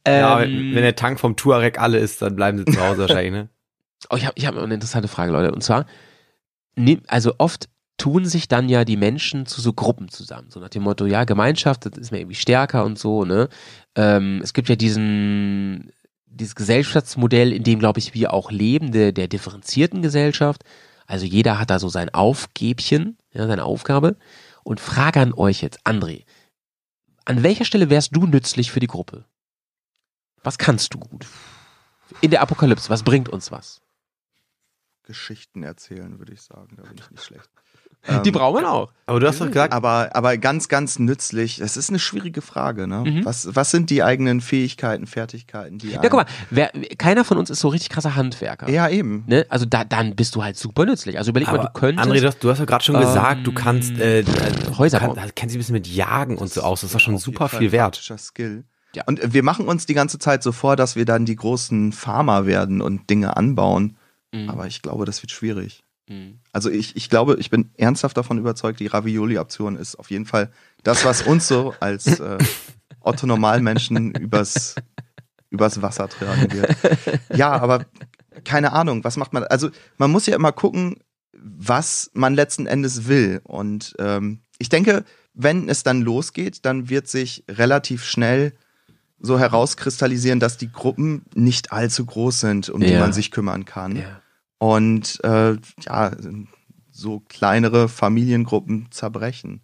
A: ja,
B: Ähm,
A: wenn, wenn der Tank vom Tuareg alle ist, dann bleiben sie zu Hause wahrscheinlich, ne?
B: Oh, ich habe ich hab eine interessante Frage, Leute. Und zwar, nehm, also oft tun sich dann ja die Menschen zu so Gruppen zusammen. So nach dem Motto, ja, Gemeinschaft, das ist mir irgendwie stärker und so, ne? Ähm, es gibt ja diesen, dieses Gesellschaftsmodell, in dem, glaube ich, wir auch leben, der, der differenzierten Gesellschaft. Also jeder hat da so sein Aufgäbchen, ja, seine Aufgabe. Und frage an euch jetzt, André, an welcher Stelle wärst du nützlich für die Gruppe? Was kannst du gut? In der Apokalypse, was bringt uns was?
C: Geschichten erzählen, würde ich sagen. Da bin ich nicht schlecht.
B: Die
C: Ähm,
B: braucht man auch.
A: Aber du hast doch gesagt,
C: aber, aber ganz, ganz nützlich. Es ist eine schwierige Frage, ne?
B: Mhm.
C: Was, was sind die eigenen Fähigkeiten, Fertigkeiten, die.
B: Ja, guck mal, wer, keiner von uns ist so richtig krasser Handwerker.
C: Ja, eben.
B: Ne? Also da, dann bist du halt super nützlich. Also überleg
A: aber
B: mal, du könntest.
A: André, du hast, du hast doch gerade schon
B: ähm,
A: gesagt, du kannst äh,
B: Häuser
A: kann,
B: bauen.
A: kennst dich ein bisschen mit Jagen und so aus. Das ist doch schon
C: Auf jeden
A: super
C: Fall
A: viel
C: ein
A: wert.
C: praktischer Skill.
B: Ja.
C: Und äh, wir machen uns die ganze Zeit so vor, dass wir dann die großen Farmer werden und Dinge anbauen.
B: Mhm.
C: Aber ich glaube, das wird schwierig.
B: Mhm.
C: Also ich, ich glaube, ich bin ernsthaft davon überzeugt, die Ravioli-Option ist auf jeden Fall das, was uns so als äh, Otto-Normalmenschen übers, übers Wasser tragen wird. Ja, aber keine Ahnung, was macht man? Also man muss ja immer gucken, was man letzten Endes will. Und ähm, ich denke, wenn es dann losgeht, dann wird sich relativ schnell so herauskristallisieren, dass die Gruppen nicht allzu groß sind, um die
B: Ja.
C: man sich kümmern kann.
B: Ja.
C: Und äh, ja, so kleinere Familiengruppen zerbrechen.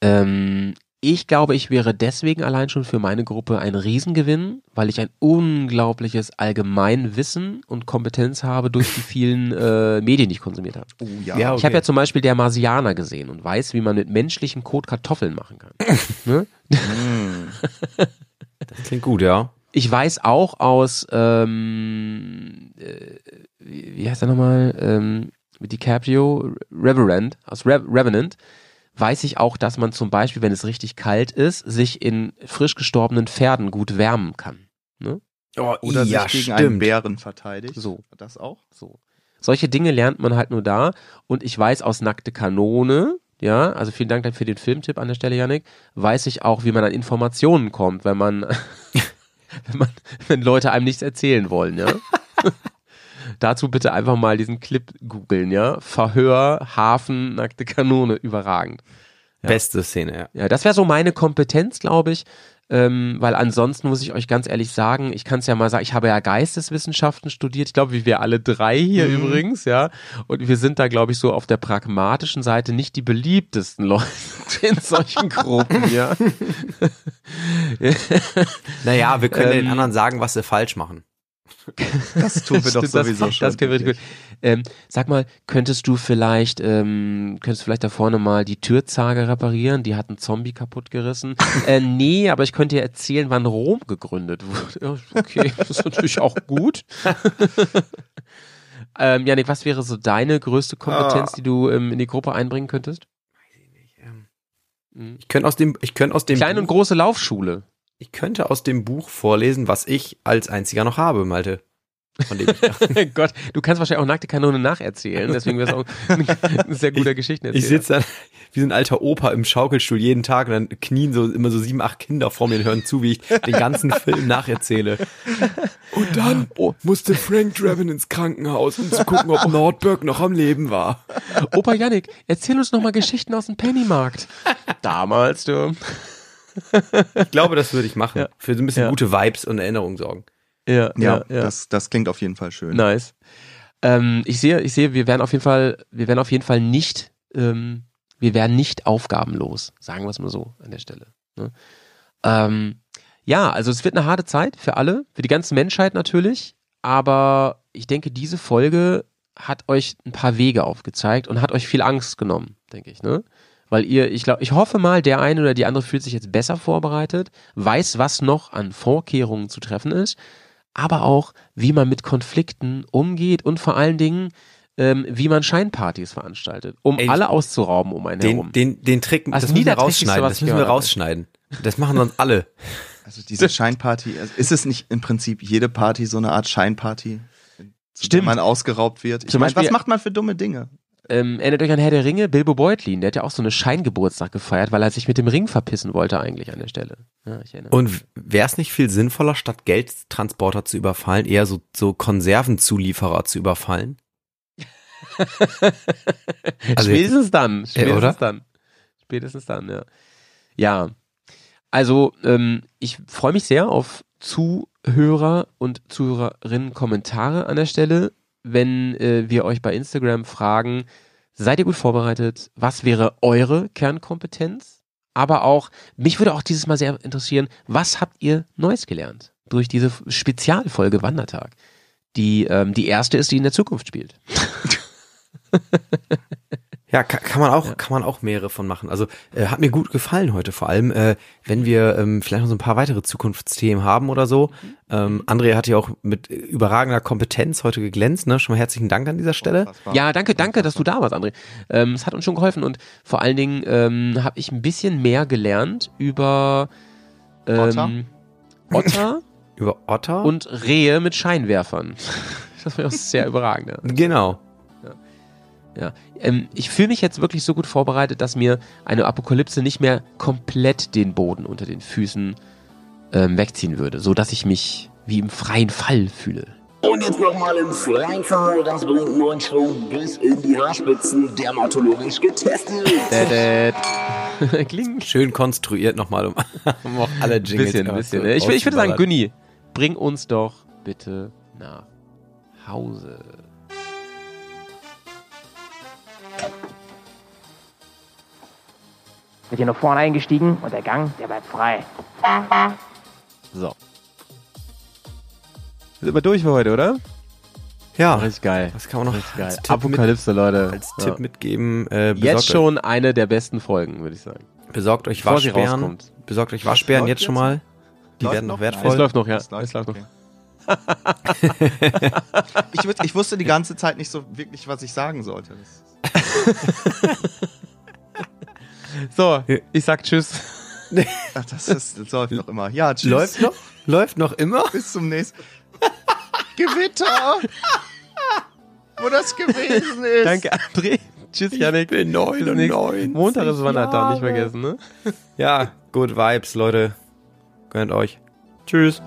B: Ähm, ich glaube, ich wäre deswegen allein schon für meine Gruppe ein Riesengewinn, weil ich ein unglaubliches Allgemeinwissen und Kompetenz habe durch die vielen äh, Medien, die ich konsumiert habe.
C: Oh
A: Ja,
B: Ich habe
A: Okay.
B: ja zum Beispiel der Marsianer gesehen und weiß, wie man mit menschlichem Kot Kartoffeln machen kann. ne?
C: Mm.
A: Das klingt gut, ja.
B: Ich weiß auch aus, ähm, äh, wie wie heißt er nochmal, ähm, mit DiCaprio, Reverend, aus Re Revenant, weiß ich auch, dass man zum Beispiel, wenn es richtig kalt ist, sich in frisch gestorbenen Pferden gut wärmen kann.
A: Oh,
C: Oder
A: ja,
C: sich gegen
A: stimmt.
C: einen Bären verteidigt.
B: So.
C: Das auch?
B: So. Solche Dinge lernt man halt nur da. Und ich weiß aus nackte Kanone, ja, also vielen Dank dann für den Filmtipp an der Stelle, Yannick, weiß ich auch, wie man an Informationen kommt, wenn man, wenn, man wenn Leute einem nichts erzählen wollen, ja. Dazu bitte einfach mal diesen Clip googeln, ja. Verhör, Hafen, nackte Kanone, überragend.
A: Beste Szene, ja.
B: Ja, das wäre so meine Kompetenz, glaube ich. Ähm, weil ansonsten muss ich euch ganz ehrlich sagen, ich kann es ja mal sagen, ich habe ja Geisteswissenschaften studiert, ich glaube, wie wir alle drei hier übrigens, ja. Und wir sind da, glaube ich, so auf der pragmatischen Seite nicht die beliebtesten Leute in solchen Gruppen, ja.
A: Naja, wir können
B: Ähm,
A: den anderen sagen, was sie falsch machen.
C: Das tun wir doch
B: Stimmt, das-
C: sowieso
B: das,
C: schon.
B: Das können wir richtig gut. Ähm, sag mal, könntest du vielleicht, ähm, könntest du vielleicht da vorne mal die Türzage reparieren? Die hat ein Zombie kaputt gerissen. äh, nee, aber ich könnte dir erzählen, wann Rom gegründet wurde. Ja, Okay, das ist natürlich auch gut. ähm, Janik, was wäre so deine größte Kompetenz,
A: Ah.
B: die du ähm, in die Gruppe einbringen könntest? Mhm.
A: Ich könnte aus dem, ich könnte aus dem,
B: Kleine und
A: Buch,
B: große Laufschule.
A: ich könnte aus dem Buch vorlesen, was ich als einziger noch habe, Malte. Von dem ich,
B: Gott, du kannst wahrscheinlich auch nackte Kanone nacherzählen, deswegen wäre es auch ein, ein sehr guter Geschichtenerzähler.
A: ich sitze dann wie so ein alter Opa im Schaukelstuhl jeden Tag und dann knien so immer so sieben, acht Kinder vor mir und hören zu, wie ich den ganzen Film nacherzähle. Und dann musste Frank Draven ins Krankenhaus, um zu gucken, ob Nordberg noch am Leben war.
B: Opa Yannick, erzähl uns nochmal Geschichten aus dem Pennymarkt. Damals, du.
A: Ich glaube, das würde ich machen.
B: Ja.
A: Für so ein bisschen
B: Ja.
A: gute Vibes und Erinnerungen sorgen.
B: Ja,
C: Ja, Das, das klingt auf jeden Fall schön.
B: nice. Ähm, ich sehe, ich sehe, wir werden auf jeden Fall, wir werden auf jeden Fall nicht, ähm, wir werden nicht aufgabenlos, sagen wir es mal so an der Stelle. Ne? Ähm, ja, also es wird eine harte Zeit für alle, für die ganze Menschheit natürlich, aber ich denke, diese Folge hat euch ein paar Wege aufgezeigt und hat euch viel Angst genommen, denke ich, ne? Weil ihr, ich glaube, ich hoffe mal, der eine oder die andere fühlt sich jetzt besser vorbereitet, weiß, was noch an Vorkehrungen zu treffen ist, aber auch, wie man mit Konflikten umgeht und vor allen Dingen, ähm, wie man Scheinpartys veranstaltet, um
A: Ey,
B: alle auszurauben um einen herum.
A: Den, den, den Trick,
B: Also
A: das müssen wir
B: niederträchtigste,
A: rausschneiden.
B: was
A: Das
B: ich
A: müssen wir
B: gehört habe.
A: rausschneiden. Das machen sonst alle.
C: Also diese Scheinparty, also ist es nicht im Prinzip jede Party so eine Art Scheinparty? Zu der
B: Stimmt.
C: man ausgeraubt wird. Ich
B: Zum
C: meine,
B: Beispiel-
C: was macht man für dumme Dinge?
B: Ähm, erinnert euch an Herr der Ringe, Bilbo Beutlin, der hat ja auch so eine Scheingeburtstag gefeiert, weil er sich mit dem Ring verpissen wollte eigentlich an der Stelle. Ja, ich erinnere.
A: Und wäre es nicht viel sinnvoller, statt Geldtransporter zu überfallen, eher so, so Konservenzulieferer zu überfallen? also jetzt-
B: spätestens dann, spätestens
A: oder?
B: dann. Spätestens dann, ja. Ja. Also, ähm, ich freue mich sehr auf Zuhörer und Zuhörerinnen-Kommentare an der Stelle, wenn äh, wir euch bei Instagram fragen, seid ihr gut vorbereitet? Was wäre eure Kernkompetenz? Aber auch, mich würde auch dieses Mal sehr interessieren, was habt ihr Neues gelernt durch diese F- Spezialfolge Wandertag? Die, ähm, die erste ist, die in der Zukunft spielt.
A: Ja, kann, kann man auch, kann man auch mehrere von machen. Also äh, hat mir gut gefallen heute vor allem, äh, wenn wir ähm, vielleicht noch so ein paar weitere Zukunftsthemen haben oder so. Ähm, André hat ja auch mit überragender Kompetenz heute geglänzt. Ne? Schon mal herzlichen Dank an dieser Stelle.
C: Unfassbar.
B: Ja, danke, danke, dass du da warst, André. Ähm, es hat uns schon geholfen und vor allen Dingen ähm, habe ich ein bisschen mehr gelernt über ähm,
C: Otter?
B: Otter
A: Über Otter.
B: und Rehe mit Scheinwerfern. Das fand ich auch sehr überragend. Ja.
A: genau.
B: Ja. Ähm, ich fühle mich jetzt wirklich so gut vorbereitet, dass mir eine Apokalypse nicht mehr komplett den Boden unter den Füßen ähm, wegziehen würde, so dass ich mich wie im freien Fall fühle.
E: Und jetzt nochmal im Freifall, das bringt neuen Schwung bis in die Haarspitzen, dermatologisch getestet.
B: Klingt
A: Schön konstruiert nochmal, um, um auch alle Jingles
B: bisschen, bisschen. Ne? Ich, wür- ich würde sagen, Günni, bring uns doch bitte nach Hause.
G: Wird hier nach vorne eingestiegen und der Gang, der bleibt frei.
B: So. Sind wir durch für heute, oder?
A: Ja,
B: Richtig geil.
A: Ah, was kann man noch
B: Richtig geil.
A: als Tipp, mit,
B: Apokalypse, Leute.
A: als
B: Ja.
A: Tipp mitgeben? Äh, besorgt,
B: Jetzt schon eine der besten Folgen, würde ich sagen.
A: Euch, besorgt euch
B: Bevor sie
A: Waschbären.
B: rauskommt.
A: Besorgt euch Waschbären jetzt schon mal. Die
C: Läuft
A: werden noch
C: noch?
A: wertvoll.
B: Es läuft noch, ja.
C: Das läuft,
B: es läuft noch.
C: okay. ich, wus- ich wusste die ganze Zeit nicht so wirklich, was ich sagen sollte. Das,
B: So, ich sag Tschüss.
C: ach, das, ist, das läuft noch immer. Ja, tschüss.
A: läuft noch? Läuft noch immer?
C: Bis zum nächsten Gewitter! Wo das gewesen ist.
B: Danke, André. Tschüss, Janik.
A: bin
B: Bis nächsten Montag ist Wandertag, nicht vergessen, ne?
A: Ja, good Vibes, Leute. Gönnt euch. Tschüss.